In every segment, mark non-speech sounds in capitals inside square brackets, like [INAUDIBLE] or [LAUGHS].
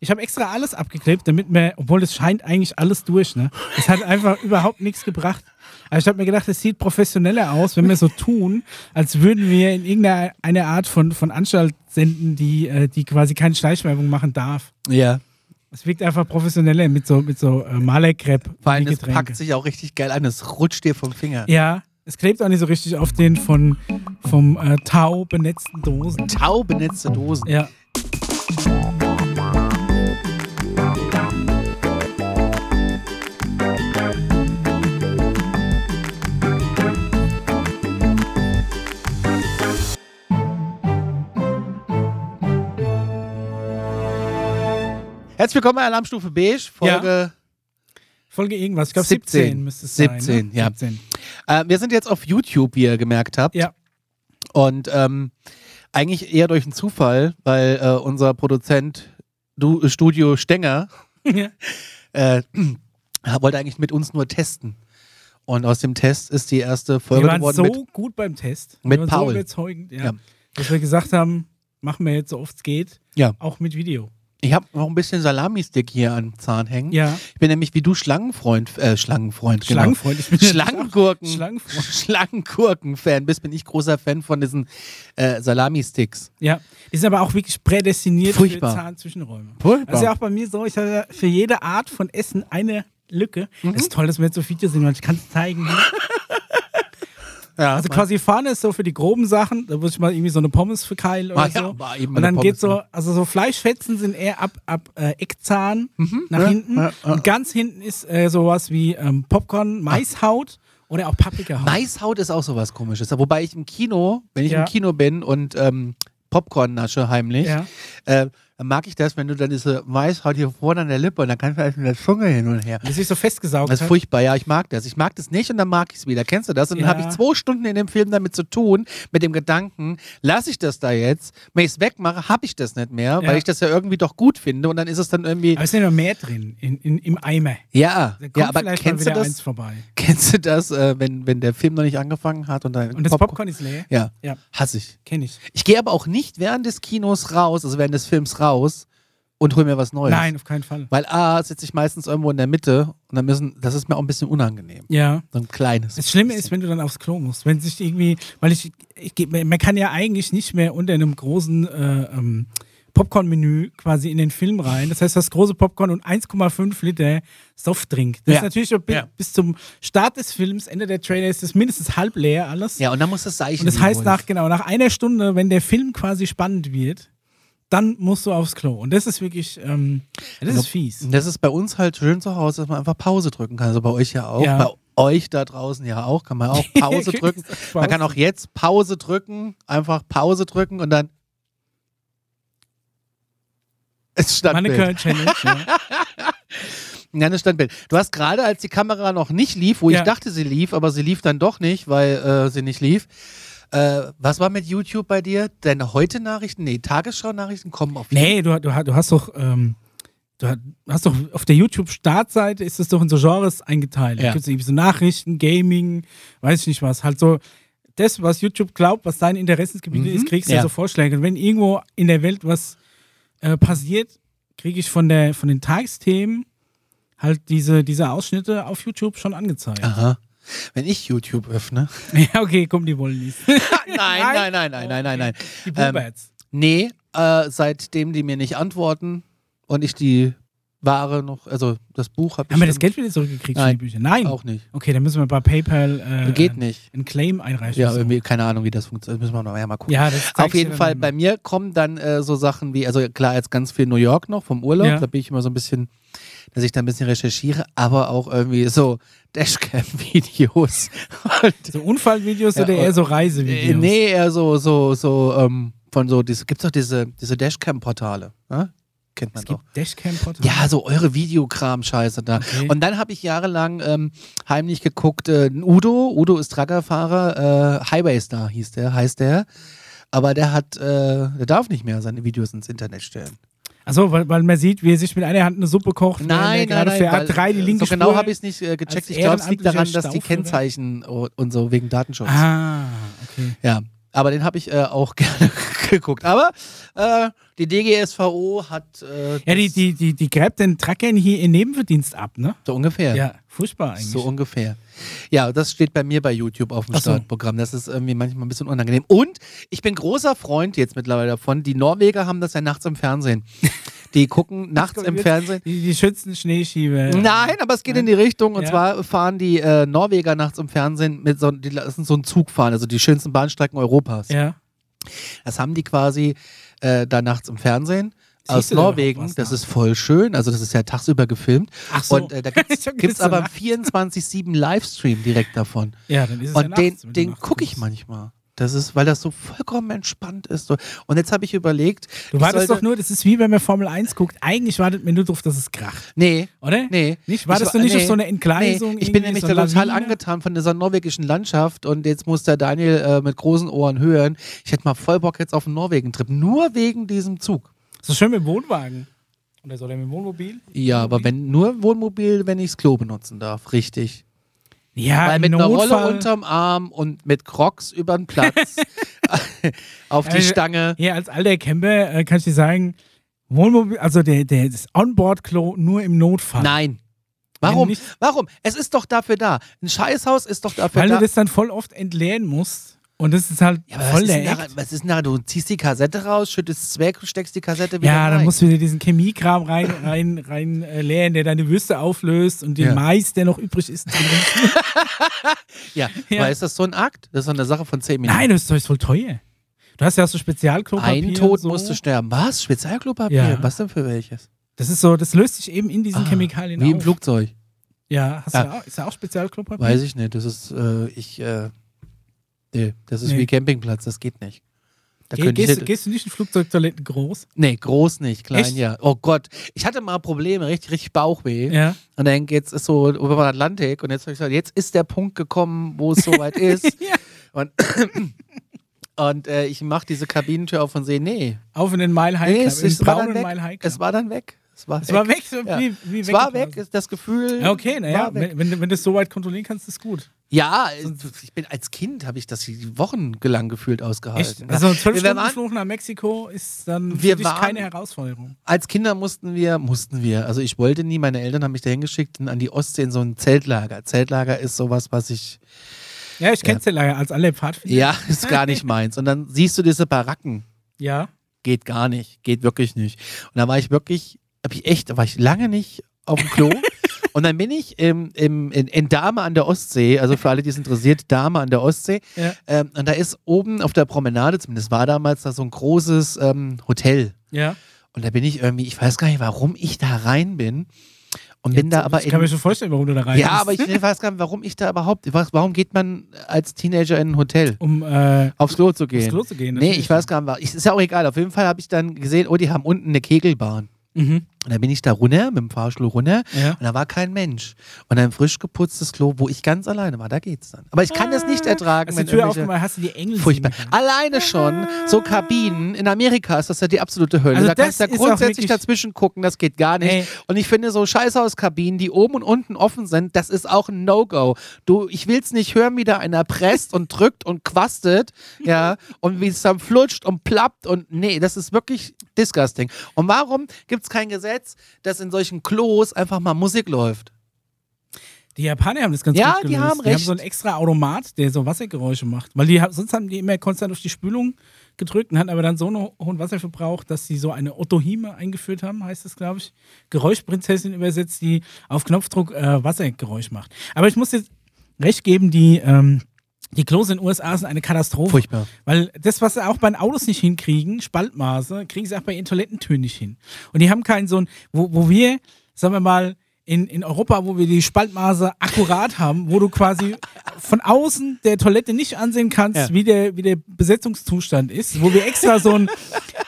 Ich habe extra alles abgeklebt, damit mir, obwohl es scheint eigentlich alles durch, ne? Es hat einfach [LAUGHS] überhaupt nichts gebracht. Aber ich habe mir gedacht, es sieht professioneller aus, wenn wir so tun, als würden wir in irgendeiner Art von, von Anstalt senden, die, äh, die quasi keine Schleichwerbung machen darf. Ja. Es wirkt einfach professioneller mit so, mit so äh, Malerkrepp. Vor allem, das packt sich auch richtig geil an. Das rutscht dir vom Finger. Ja, es klebt auch nicht so richtig auf den von, vom äh, Tau benetzten Dosen. Tau benetzte Dosen. Ja. Herzlich willkommen bei Alarmstufe Beige, Folge. Folge irgendwas. Ich glaube 17. 17, müsste es sein. 17, ne? ja. 17. Äh, wir sind jetzt auf YouTube, wie ihr gemerkt habt. Ja. [LAUGHS] Und ähm, eigentlich eher durch einen Zufall, weil äh, unser Produzent du, äh, Studio Stenger Ja. äh, wollte eigentlich mit uns nur testen. Und aus dem Test ist die erste Wir Folge waren geworden so mit gut beim Test. wir mit waren Paul. So überzeugend, ja, Ja. Dass wir gesagt haben, machen wir jetzt so oft es geht. Ja. Genau. Auch mit Video. Ich habe noch ein bisschen Salami-Stick hier am Zahn hängen. Ja. Ich bin nämlich wie du Schlangenfreund, äh, Schlangenfreund, genau. Schlangenfreund. Ich bin Schlangengurken. Schlangenfreund. Schlangengurken-Fan bist, bin ich großer Fan von diesen äh, Salami-Sticks. Ja. Die sind aber auch wirklich prädestiniert Furchtbar. für Zahnzwischenräume. Furchtbar. Das ist ja auch bei mir so, ich habe für jede Art von Essen eine Lücke. Mhm. Es ist toll, dass wir jetzt so Feature sind, weil ich kann es zeigen. Ja, Also quasi Fahne ist so für die groben Sachen, da muss ich mal irgendwie so eine Pommes verkeilen oder Ah ja, so. war eben und eine dann Pommes, geht so, ne? also so Fleischfetzen sind eher ab, ab äh, Eckzahn nach hinten. Mhm, ja, ja. Ah. Und ganz hinten ist äh, sowas wie ähm, Popcorn, Maishaut oder auch Paprikahaut. Maishaut ist auch sowas komisches. Wobei ich im Kino, wenn ich Ja. im Kino bin und ähm, Popcorn nasche heimlich, Ja. äh, dann mag ich das, wenn du dann diese Maishaut hier vorne an der Lippe und dann kannst du halt mit der Zunge hin und her. Das ist so festgesaugt. Das ist hat. furchtbar, ja, ich mag das. Ich mag das nicht und dann mag ich es wieder. Kennst du das? Und Ja. dann habe ich zwei Stunden in dem Film damit zu tun, mit dem Gedanken, lasse ich das da jetzt? Wenn ich es wegmache, habe ich das nicht mehr, Ja. weil ich das ja irgendwie doch gut finde und dann ist es dann irgendwie. Aber es sind noch mehr drin, in, in, im Eimer. Ja, Da kommt ja aber vielleicht kennst mal du, wieder eins das, vorbei. kennst du das, äh, wenn, wenn der Film noch nicht angefangen hat und dann. Und das Popcorn, ist leer? Ja, Ja, hasse ich. kenne ich. Ich gehe aber auch nicht während des Kinos raus, also während des Films raus und hole mir was Neues. Nein, auf keinen Fall. Weil A, sitze ich meistens irgendwo in der Mitte und dann müssen, das ist mir auch ein bisschen unangenehm. Ja. So ein kleines. Das Schlimme ist, wenn du dann aufs Klo musst, wenn sich irgendwie, weil ich, ich geh- man kann ja eigentlich nicht mehr unter einem großen äh, ähm, Popcorn-Menü quasi in den Film rein. Das heißt, das große Popcorn und 1,5 Liter Softdrink. Das Ja. ist natürlich so bi- Ja. bis zum Start des Films, Ende der Trailer ist es mindestens halb leer alles. Ja, und dann muss das Seichen. und das heißt holen. nach genau nach einer Stunde, wenn der Film quasi spannend wird, dann musst du aufs Klo. Und das ist wirklich, ähm, das ist fies. Und Das ist bei uns halt schön zu Hause, dass man einfach Pause drücken kann. Also bei euch ja auch. Ja. Bei euch da draußen ja auch. Kann [LAUGHS] man auch Pause drücken. Man kann auch jetzt Pause drücken. Einfach Pause drücken und dann. Es stand Meine Bild. Köln-Challenge. ja. Nein, es stand Bild. Du hast gerade, als die Kamera noch nicht lief, wo Ja. ich dachte, sie lief, aber sie lief dann doch nicht, weil äh, sie nicht lief. Äh, was war mit YouTube bei dir? Deine heute Nachrichten? Nee, Tagesschau-Nachrichten kommen auf Nee, du, du, du hast doch, ähm, du ha- hast doch auf der YouTube-Startseite ist es doch in so Genres eingeteilt. Ja. Da gibt es irgendwie so Nachrichten, Gaming, weiß ich nicht was. Halt so das, was YouTube glaubt, was dein Interessensgebiet Mhm. ist, kriegst du Ja. ja. so Vorschläge. Und wenn irgendwo in der Welt was äh, passiert, kriege ich von, der, von den Tagesthemen halt diese, diese Ausschnitte auf YouTube schon angezeigt. Aha. Wenn ich YouTube öffne. [LAUGHS] Ja, okay, komm, die wollen nicht. [LAUGHS] nein, nein, nein, nein, nein, nein, nein. Die Ähm, Booberts. Nee, äh, seitdem die mir nicht antworten und ich die Ware noch, also das Buch habe ich Haben wir das dann Geld wieder zurückgekriegt Nein. für die Bücher? Nein. auch nicht. Okay, dann müssen wir bei PayPal äh, Geht nicht. einen Claim einreichen. Ja, So. irgendwie, keine Ahnung, wie das funktioniert. Müssen wir noch ja, mal gucken. Ja, das zeig Auf ich dir jeden dann Fall, mal. bei mir kommen dann äh, so Sachen wie, also klar, jetzt ganz viel New York noch vom Urlaub, Ja. da bin ich immer so ein bisschen, dass ich da ein bisschen recherchiere, aber auch irgendwie so Dashcam-Videos. [LAUGHS] Und So Unfallvideos Ja, oder äh, eher so Äh, Reisevideos? nee, eher so, so, so, ähm, von so, diese, gibt's doch diese, diese Dashcam-Portale, ne? Kennt man Es doch. gibt Dashcam-Portale. Ja, so eure Videokram-Scheiße da. Okay. Und dann habe ich jahrelang ähm, heimlich geguckt, äh, Udo, Udo ist Truckerfahrer, äh, Highwaystar hieß der, heißt der. Aber der hat, äh, der darf nicht mehr seine Videos ins Internet stellen. Achso, weil, weil man sieht, wie er sich mit einer Hand eine Suppe kocht. während er gerade für weil, A3 die äh, linke so genau Spur- habe ich es nicht äh, gecheckt. als Ich glaube, es liegt daran, ehrenamtlicher dass die Stauführer- Kennzeichen o- und so wegen Datenschutz. Ah, okay. [LAUGHS] Ja, aber den habe ich äh, auch gerne geguckt. Aber äh, die DGSVO hat. Äh, Ja, die, die, die, die gräbt den Trackern hier ihren Nebenverdienst ab, ne? So ungefähr. Furchtbar eigentlich. So ungefähr. Ja, das steht bei mir bei YouTube auf dem Ach so. Startprogramm. Das ist irgendwie manchmal ein bisschen unangenehm. Und ich bin großer Freund jetzt mittlerweile davon. Die Norweger haben das ja nachts im Fernsehen. Die gucken nachts kommt im jetzt. Fernsehen. die, die schützen Schneeschiebe. Nein, aber es geht in die Richtung. Und Ja. zwar fahren die äh, Norweger nachts im Fernsehen mit so, die lassen so einen Zug fahren, also die schönsten Bahnstrecken Europas. Ja. Das haben die quasi äh, da nachts im Fernsehen. Siehst aus du da überhaupt Norwegen, was das da? ist voll schön. Also, das ist ja tagsüber gefilmt. Ach so. Und äh, da [LAUGHS] gibt's Ich hab gibt's gedacht, aber so 24-7 Livestream direkt davon. Ja, dann ist es ja Und nachts, den, wenn du den nachts gucke ich guckst. manchmal. Das ist, weil das so vollkommen entspannt ist. So. Und jetzt habe ich überlegt. Du ich wartest sollte- doch nur, das ist wie wenn man Formel 1 guckt. Eigentlich wartet man nur drauf, dass es kracht, Nee. oder? Nee. Nicht? Wartest du nicht auf so eine Entgleisung? Nee. Ich bin irgendwie, nämlich so da eine total Lawine? angetan von dieser norwegischen Landschaft und jetzt muss der Daniel äh, mit großen Ohren hören. Ich hätte mal voll Bock jetzt auf einen Norwegen-Trip, nur wegen diesem Zug. So schön mit dem Wohnwagen. Oder soll er mit dem Wohnmobil? Ja, aber wenn nur Wohnmobil, wenn ich das Klo benutzen darf, richtig. Ja, Weil im mit einer Notfall- Rolle unterm Arm und mit Crocs über [LAUGHS] den Platz auf die Also, Stange. Ja, als alter Camper äh, kann ich dir sagen, Wohnmobil, also der, der, das Onboard-Klo nur im Notfall. Nein. Warum? nicht- Warum? Es ist doch dafür da. Ein Scheißhaus ist doch dafür Weil da. du das dann voll oft entleeren musst. Und das ist halt ja, aber was, voll ist denn der daran, Act. was ist denn daran? Du ziehst die Kassette raus, schüttest es weg, steckst die Kassette wieder Ja, rein. dann musst du wieder diesen Chemiekram rein, rein, rein äh, leeren, der deine Wüste auflöst und den Ja. Genau. Mais, der noch übrig [LAUGHS] ist. drin. ja. [LAUGHS] Ja. aber ist das so ein Akt? Das ist so eine Sache von 10 Minuten. Nein, das ist doch voll teuer. Du hast ja auch so Spezialklopapier. ein und Tod so. musste sterben. Was? Spezialklopapier? Ja. Was denn für welches? Ah, Das ist so, das löst sich eben in diesen Chemikalien Wie auf. im Flugzeug. Ja, hast Ja. Du auch, ist ja auch Spezialklopapier. Weiß ich nicht. Das ist, äh, ich, äh, nee, das ist Nee. wie Campingplatz. Das geht nicht. Da Geh, könnte ich gehst, du- nicht- gehst du nicht in Flugzeugtoiletten groß? Nee, groß nicht, klein Echt? ja. Oh Gott, ich hatte mal Probleme, richtig, richtig Bauchweh. Ja. Und dann jetzt ist so über den Atlantik und jetzt hab ich gesagt, jetzt ist der Punkt gekommen, wo es soweit ist. [LAUGHS] Ja. Und, [COUGHS] und äh, ich mache diese Kabinentür auf und sehe, nee, Auf in den Mile High nee Club, es, in den es, war dann braunen weg, Mile High Club. es war dann weg. Es war Es weg. war weg, so Ja. wie- wie es war weg, weggeblasen. ist das Gefühl. Ja, okay, naja, war weg. wenn, wenn, wenn du es so weit kontrollieren kannst, ist gut. Ja, ich bin als Kind habe ich das wochenlang gefühlt ausgehalten. Echt? Also ein zwölf Halt. wir Stunden waren, Flug nach Mexiko ist dann Wir für dich waren- keine Herausforderung. als Kinder mussten wir, mussten wir, also ich wollte nie, meine Eltern haben mich dahin geschickt in- an die Ostsee in so ein Zeltlager. Zeltlager ist sowas, was ich, Ja, ich kenn's ja leider als alle Pfadfinder. ja, [LAUGHS] ist gar nicht meins. Und dann siehst du diese Baracken, Ja. geht gar nicht, geht wirklich nicht. Und da war ich wirklich, habe ich echt, da war ich lange nicht auf dem [LAUGHS] Klo. Und dann bin ich im, im, in, in Dame an der Ostsee, also für alle, die es interessiert, Dame an der Ostsee, Ja. Ähm, und da ist oben auf der Promenade, zumindest war damals da so ein großes ähm, Hotel. Ja. Und da bin ich irgendwie, ich weiß gar nicht, warum ich da rein bin. Und bin da aber ich kann mir in. schon vorstellen, warum du da rein Ja, bist. aber ich weiß gar nicht, warum ich da überhaupt. was- Warum geht man als Teenager in ein Hotel? um äh, Aufs Klo zu gehen. aufs Klo zu gehen. Nee, ich weiß gar nicht. wa- Ich, ist ja auch egal. Auf jeden Fall habe ich dann gesehen, oh, die haben unten eine Kegelbahn. Mhm. Und da bin ich da runter, mit dem Fahrstuhl runter. Ja. Und da war kein Mensch. Und ein frisch geputztes Klo, wo ich ganz alleine war, da geht's dann. Aber ich kann das nicht ertragen, Hast du wenn Ah. die Tür irgendwelche- aufgemacht, hast du die Engel Furchtbar. singen können. Alleine schon, so Kabinen, in Amerika ist das ja die absolute Hölle. Ah. Also da kannst du das ja ist auch grundsätzlich wirklich- dazwischen gucken, das geht gar nicht. Ey. Und ich finde so Scheißhauskabinen, die oben und unten offen sind, das ist auch ein No-Go. Du, ich will's nicht hören, wie da einer presst und drückt und quastet, [LAUGHS] ja, und wie es dann flutscht und plappt und nee, das ist wirklich disgusting. Und warum gibt's kein Gesetz, dass in solchen Klos einfach mal Musik läuft? Die Japaner haben das ganz Ja, gut die gelöst. haben Die haben recht. so einen extra Automat, der so Wassergeräusche macht. Weil die ha- sonst haben die immer konstant auf die Spülung gedrückt und hatten aber dann so einen ho- hohen Wasserverbrauch, dass sie so eine Ottohime eingeführt haben, heißt es, glaube ich. Geräuschprinzessin übersetzt, die auf Knopfdruck äh, Wassergeräusch macht. Aber ich muss jetzt recht geben, die, ähm, die Klos in den USA sind eine Katastrophe. Furchtbar. Weil das, was sie auch bei den Autos nicht hinkriegen, Spaltmaße, kriegen sie auch bei ihren Toilettentüren nicht hin. Und die haben keinen so ein, wo, wo wir, sagen wir mal, in, in Europa, wo wir die Spaltmaße akkurat haben, wo du quasi von außen der Toilette nicht ansehen kannst, Ja. wie, der, wie der Besetzungszustand ist, wo wir extra so ein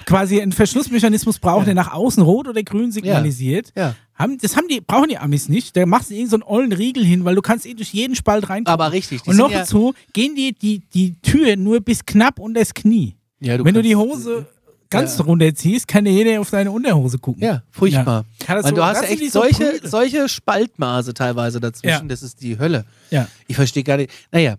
quasi einen Verschlussmechanismus brauchen, der nach außen rot oder grün signalisiert. Ja. Haben, das haben die, brauchen die Amis nicht. Da machst du ihnen so einen ollen Riegel hin, weil du kannst eh durch jeden Spalt rein. Aber richtig, die Und sind noch ja- dazu gehen die, die die Tür nur bis knapp unter das Knie. Ja, du Wenn du die kannst- äh, Hose ganz runterziehst, kann dir jeder auf seine Unterhose gucken. Ja, furchtbar. Ja. Katastrophe. Und du hast Das ja sind die echt so solche, Prügel. solche Spaltmaße teilweise dazwischen. Ja. Das ist die Hölle. Ja. Ich verstehe gar nicht. Naja.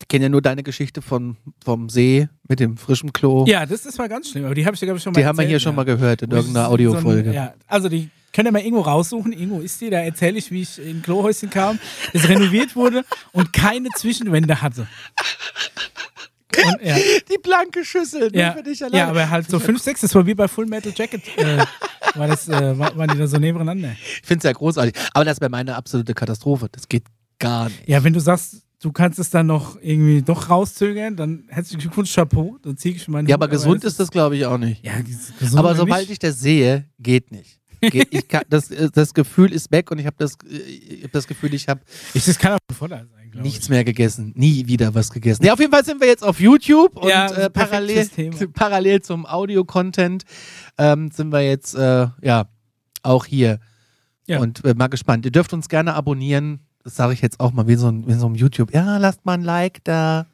Ich kenne ja nur deine Geschichte von, vom See mit dem frischen Klo. Ja, das ist mal ganz schlimm, aber die habe ich, glaube ich, schon mal die haben wir hier erzählt, schon ja. mal gehört in Wo ich irgendeiner so- So Audiofolge. ein, ja, also die könnt ihr mal Ingo raussuchen. Ingo ist die, da erzähle ich, wie ich in ein Klohäuschen kam, das renoviert wurde und keine Zwischenwände [LAUGHS] hatte. Und, ja, [LAUGHS] Die blanke Schüssel, nur ja, für dich alleine. ja, aber halt so 5, 6, das war wie bei Full Metal Jacket, äh, war das, äh, war- waren die da so nebeneinander. Ich finde es ja großartig. Aber das wäre meine absolute Katastrophe. Das geht gar nicht. Ja, wenn du sagst, du kannst es dann noch irgendwie doch rauszögern, dann herzlichen Glückwunsch, Chapeau, dann ziehe ich meinen Ja, Hut, aber gesund das- ist das, glaube ich, auch nicht. Ja, ges- gesund aber oder sobald nicht? ich das sehe, geht nicht. Geht, [LAUGHS] ich kann, das, das Gefühl ist weg und ich habe das, äh, ich hab das Gefühl, ich habe ich. Das kann auch voller sein, glaube ich. nichts mehr gegessen. Nie wieder was gegessen. Ja, auf jeden Fall sind wir jetzt auf YouTube und Ja, äh, perfektes parallel, Thema. [LAUGHS] parallel zum Audio-Content ähm, sind wir jetzt äh, ja auch hier. Ja. Und äh, mal gespannt. Ihr dürft uns gerne abonnieren. Das sage ich jetzt auch mal wie in so, ein, wie in so einem YouTube. Ja, lasst mal ein Like da.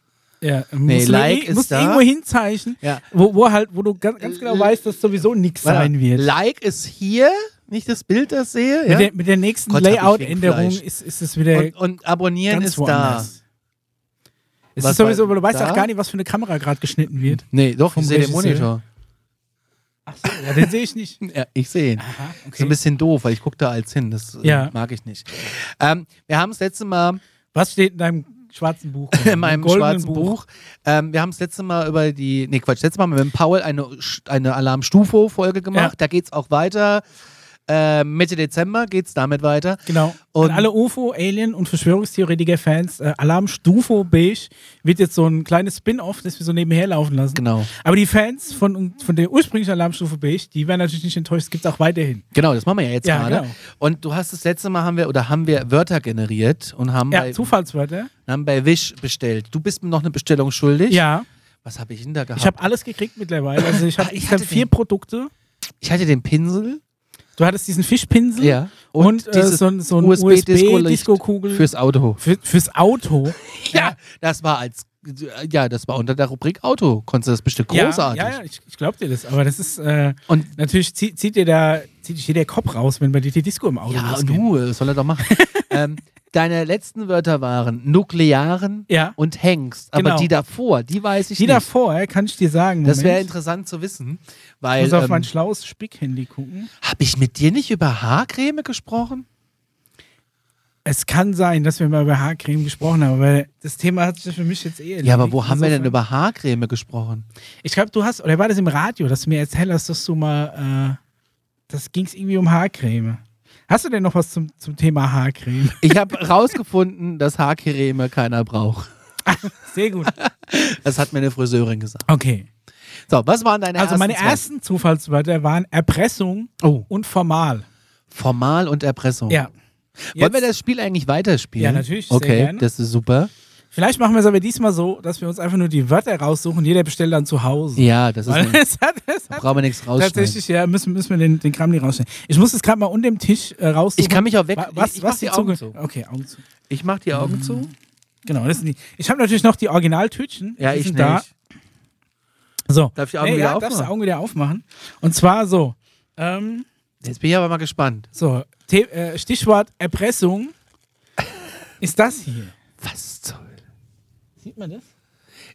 Ja, Nee, muss Like ist muss da. irgendwo hinzeichen, Ja. wo, wo halt, wo du ganz, ganz genau L- weißt, dass sowieso nichts Warte, sein wird. Like ist hier, nicht das Bild, das sehe. Mit, Ja? der, mit der nächsten Gott, hab ich Layout-Änderung Wingfleisch. ist, ist es wieder und, und abonnieren ganz ist woanders. Es Was ist sowieso, aber du war- weißt da? auch gar nicht, was für eine Kamera gerade geschnitten wird. da. Nee, doch, Vom ich sehe den Regisseur. Monitor. Ach so, ja, den sehe ich [LAUGHS] nicht. Ja, ich sehe ihn. Aha, Ist ein okay. bisschen doof, weil ich gucke da als hin. Das äh, Ja. mag ich nicht. Ähm, wir haben das [CLEARS THROAT] letzte Mal Was steht in deinem schwarzen Buch? [LAUGHS] in meinem goldenen schwarzen Buch, ähm, wir haben das letzte Mal über die, nee Quatsch, letztes Mal haben wir mit Paul eine, Sch- eine Alarm-Stufo-Folge gemacht. Ja. Da geht es auch weiter. Äh, Mitte Dezember geht es damit weiter. Genau. Und- Und alle UFO, Alien und Verschwörungstheoretiker-Fans, äh, Alarm Stufo Beige wird jetzt so ein kleines Spin-off, das wir so nebenher laufen lassen. Genau. Aber die Fans von, von der ursprünglichen Alarmstufe Beige, die werden natürlich nicht enttäuscht, es gibt auch weiterhin. Genau, das machen wir ja jetzt Ja, gerade. genau. Und du hast das letzte Mal haben wir oder haben wir Wörter generiert und haben, Ja, bei, Zufallswörter. haben bei Wish bestellt. Du bist mir noch eine Bestellung schuldig. Ja, Was habe ich denn da gehabt? ich habe alles gekriegt mittlerweile. Also ich habe Ah, Ich insgesamt hatte vier den. Produkte. ich hatte den Pinsel. Du hattest diesen Fischpinsel Ja. und, äh, so, ein- so ein USB-Disco-Kugel fürs Auto. für, fürs Auto. Ja, das war als ja, das war unter der Rubrik Auto. Konntest du das bestimmt großartig. Ja, ja, ja ich, ich glaube dir das. Aber das ist äh, Und natürlich zieht, zieht dir da zieht dich hier der Kopf raus, wenn bei dir die Disco im Auto ja, losgeht. nu, das soll er doch [LAUGHS] machen. ähm, deine letzten Wörter waren Nuklearen Ja. und Hengst, aber Genau. die davor, die weiß ich Die nicht. davor, kann ich dir sagen. das wäre Moment, interessant zu wissen, ich weil muss auf mein ähm, schlaues Spickhandy gucken. habe ich mit dir nicht über Haarcreme gesprochen? Es kann sein, dass wir mal über Haarcreme gesprochen haben, aber das Thema hat sich für mich jetzt eh erledigt. Ja, aber wo haben wir denn Insofern- über Haarcreme gesprochen? Ich glaube, du hast, oder war das im Radio, dass du mir erzählt hast, dass du mal, äh, das ging es irgendwie um Haarcreme. Hast du denn noch was zum, zum Thema Haarcreme? Ich habe [LAUGHS] rausgefunden, dass Haarcreme keiner braucht. Sehr gut. Das hat mir eine Friseurin gesagt. [LAUGHS] Okay. So, was waren deine Also ersten meine zwei? ersten Zufallswörter waren Erpressung Oh. und formal. Formal und Erpressung. Ja. Wollen wir Jetzt- das Spiel eigentlich weiterspielen? Ja, natürlich, sehr Okay, gerne. das ist super. Vielleicht machen wir es aber diesmal so, dass wir uns einfach nur die Wörter raussuchen. Jeder bestellt dann zu Hause. Ja, das ist. Weil [LAUGHS] Eine, es hat, es hat brauchen wir nichts [LAUGHS] rausschneiden. tatsächlich, ja, müssen, müssen wir den, den Kram nicht rausstellen. Ich muss es gerade mal unter dem Tisch äh, raussuchen. Ich kann mich auch weg- Wa- Was, ich- ich mach was die die Mhm. Augen Augen zu. Okay, Augen zu. Ich mach die Augen zu. Genau, das sind die. Ich habe natürlich noch die Originaltütchen. Ja, die ich sind nicht. da. So. Darf ich die Augen Nee, wieder ja, Darfst du die aufmachen? Augen wieder aufmachen? Und zwar so. Ähm, Jetzt bin ich aber mal gespannt. so, The äh, Stichwort Erpressung ist das hier. Was zur Hölle? Sieht man das?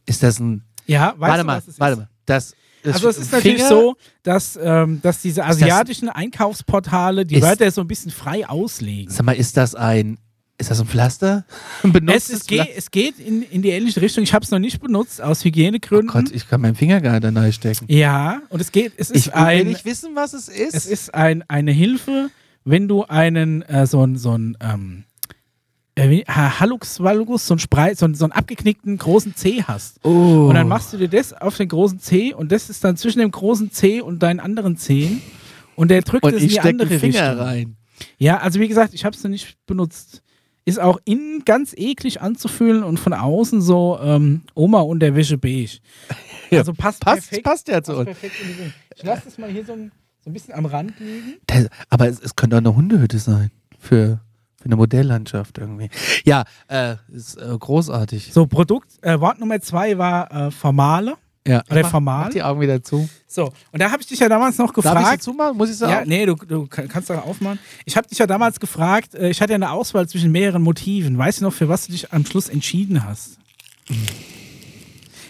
Ist das ein. Ja, weißt warte du, mal, was das warte ist? mal. Das, das Also es ist Finger- natürlich so, dass, ähm, dass diese das- asiatischen Einkaufsportale die Ist- Wörter so ein bisschen frei auslegen. Sag mal, ist das ein. Ist das ein Pflaster? [LAUGHS] Ein Es, benutztes es, geht, es geht in, in die ähnliche Richtung. Ich habe es noch nicht benutzt, aus Oh Hygienegründen. Gott, ich kann meinen Finger gar nicht da stecken. ja, und es geht, es ist Ich will ein, nicht wissen, was es ist. es ist ein, eine Hilfe, wenn du einen, äh, so ein, so ein, ähm, äh, wie- Ha- Hallux Valgus, so ein Spreit, so, einen- so einen abgeknickten großen C hast. oh. Und dann machst du dir das auf den großen C und das ist dann zwischen dem großen C und deinen anderen Zehen. Und der drückt und es in ich die steck andere den Finger Richtung. rein. Ja, also wie gesagt, ich habe es noch nicht benutzt. Ist auch innen ganz eklig anzufühlen und von außen so ähm, Oma und der Wäsche beige. [LAUGHS] Ja, Also passt, Passt, perfekt. passt ja zu passt uns. perfekt in die Wohnung. Ich lasse das mal hier so ein, so ein bisschen am Rand liegen. Das, aber es, es könnte auch eine Hundehütte sein. Für, für eine Modelllandschaft irgendwie. Ja, äh, ist äh, großartig. So, Produkt, äh, Wort Nummer zwei war äh, Formale. Ja. Oder mach, formal. Mach die Augen wieder zu. So, und da habe ich dich ja damals noch Darf ich sie gefragt. zumachen? Muss ich sagen? Ja, nee, du, du kann- kannst da aufmachen. Ich habe dich ja damals [LAUGHS] gefragt, äh, ich hatte ja eine Auswahl zwischen mehreren Motiven. Weißt du noch, für was du dich am Schluss entschieden hast?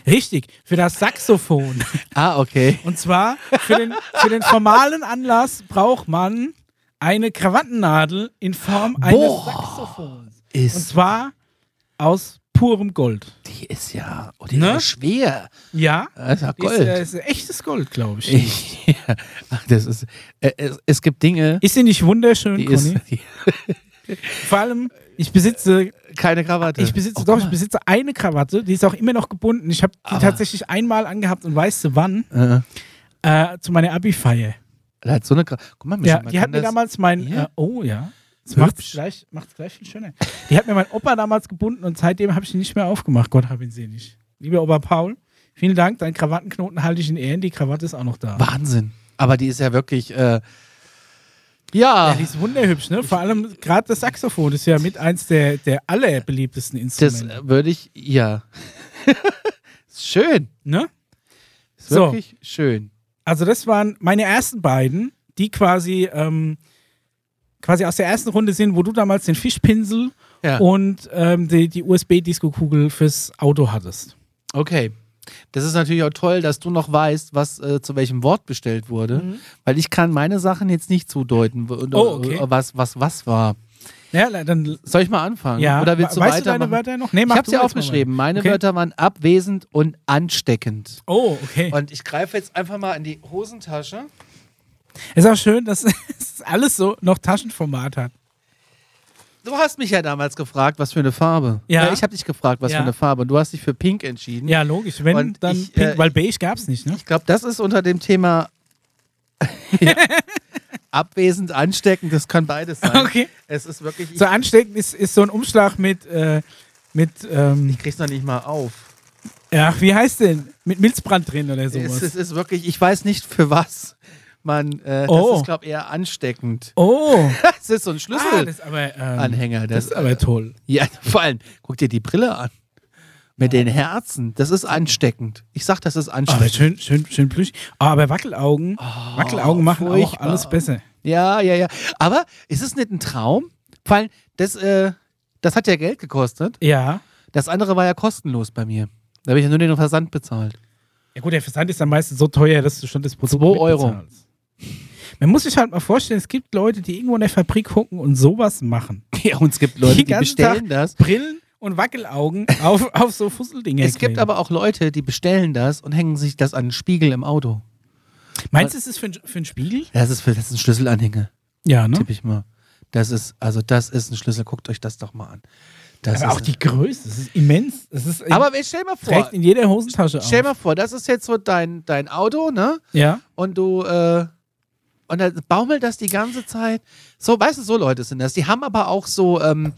Richtig, für das Saxophon. Ah, okay. Und zwar für den, für den formalen Anlass braucht man eine Krawattennadel in Form eines Boah. Saxophons. Und Ist, zwar aus purem Gold. die ist ja, oh, die Ne? ist ja schwer. Ja, Das ist ja Ist, äh, Gold. ist echtes Gold, glaube ich. [LAUGHS] Ich, Ach, das ist, äh, es, es gibt Dinge, Ist sie nicht wunderschön, die ist Conny? die, Vor allem, ich besitze, keine Krawatte. ich besitze, Oh, doch, guck ich mal. besitze eine Krawatte, die ist auch immer noch gebunden. Ich habe die Aber- tatsächlich einmal angehabt und weißt du wann? Äh, Äh, zu meiner Abi-Feier. da hat so eine Krawatte. Guck mal, Michel, Ja, man die kann hat mir das- damals mein, Ja. äh, oh ja, das Hübsch. macht's gleich, macht's gleich viel schöner. Die hat mir mein Opa damals gebunden und seitdem habe ich ihn nicht mehr aufgemacht. Gott hab ihn selig. Lieber Opa Paul, vielen Dank, deinen Krawattenknoten halte ich in Ehren, die Krawatte ist auch noch da. Wahnsinn. Aber die ist ja wirklich, äh, Ja, ja, die ist wunderhübsch, ne? Vor allem gerade das Saxophon ist ja mit eins der, der allerbeliebtesten das Instrumente. äh, würde ich, ja. [LAUGHS] ist schön. ne? äh, Ist So. wirklich schön. Also das waren meine ersten beiden, die quasi, ähm, quasi aus der ersten Runde sind, wo du damals den Fischpinsel Ja. und ähm, die, die USB-Disco-Kugel fürs Auto hattest. Okay. Das ist natürlich auch toll, dass du noch weißt, was äh, zu welchem Wort bestellt wurde, weil ich kann meine Sachen jetzt nicht zudeuten, wo- und, Mhm. äh, Oh, okay. was, was was war. Ja, le- dann Soll ich mal anfangen? ja. Oder willst du we- weißt weitermachen? du deine Wörter noch? Nee, ich mach habe du sie jetzt mal aufgeschrieben. weiter. Meine okay. Wörter waren abwesend und ansteckend. Oh, okay. Und ich greife jetzt einfach mal in die Hosentasche. Ist auch schön, dass [LAUGHS] es alles so noch Taschenformat hat. Du hast mich ja damals gefragt, was für eine Farbe. Äh, Ja. ich habe dich gefragt, was Ja. für eine Farbe. Und du hast dich für Pink entschieden. Ja, logisch. Wenn Und dann ich, pink, äh, weil beige gab es nicht, ne? Ich glaube, das ist unter dem Thema [LAUGHS] Ja. abwesend, ansteckend, das kann beides sein. Okay. Es ist wirklich, ich, So ansteckend ist, ist so ein Umschlag mit, äh, mit ähm, ich krieg's noch nicht mal auf. ach, wie heißt denn? Mit Milzbrand drin oder sowas. Es, es ist wirklich, ich weiß nicht für was. Man, äh, Oh. das ist, glaube ich, eher ansteckend. oh, [LAUGHS] Das ist so ein ah, Schlüsselanhänger. das ist aber, ähm, das das, ist aber toll. ja, [LAUGHS] vor allem, guck dir die Brille an. Mit den Herzen. Das ist ansteckend. Ich sag, Ah, das ist Aber ansteckend. Ah, schön, schön, schön plüschig. Ah, aber Wackelaugen, Wackelaugen machen auch Ah, furchtbar. alles besser. Ja, ja, ja. Aber ist es nicht ein Traum? Vor allem, das, äh, das hat ja Geld gekostet. Ja. Das andere war ja kostenlos bei mir. Da habe ich ja nur den Versand bezahlt. [LAUGHS] Ja gut, der Versand ist dann meistens so teuer, dass du schon das Produkt Zwei Euro. mitbezahlst. Man muss sich halt mal vorstellen, es gibt Leute, die irgendwo in der Fabrik hocken und sowas machen. Ja, und es gibt Leute, die, Den ganzen bestellen Tag das. Brillen und Wackelaugen [LAUGHS] auf, auf so Fusseldinger. Es gibt kleben. aber auch Leute, die bestellen das und hängen sich das an den Spiegel im Auto. Meinst du, es ist für, ein- für einen Spiegel? Das ist, für, das ist ein Schlüsselanhänger, Ja, ne? tippe ich mal. Das ist, also das ist ein Schlüssel. Guckt euch das doch mal an. Das Aber ist auch die Größe, das ist immens. Das ist aber ey, stell mal vor, trägt in jeder Hosentasche stell auf. mal vor, das ist jetzt so dein, dein Auto, ne? Ja. und du äh, und dann baumelt das die ganze Zeit. So, weißt du, so Leute sind das. Die haben aber auch so ähm,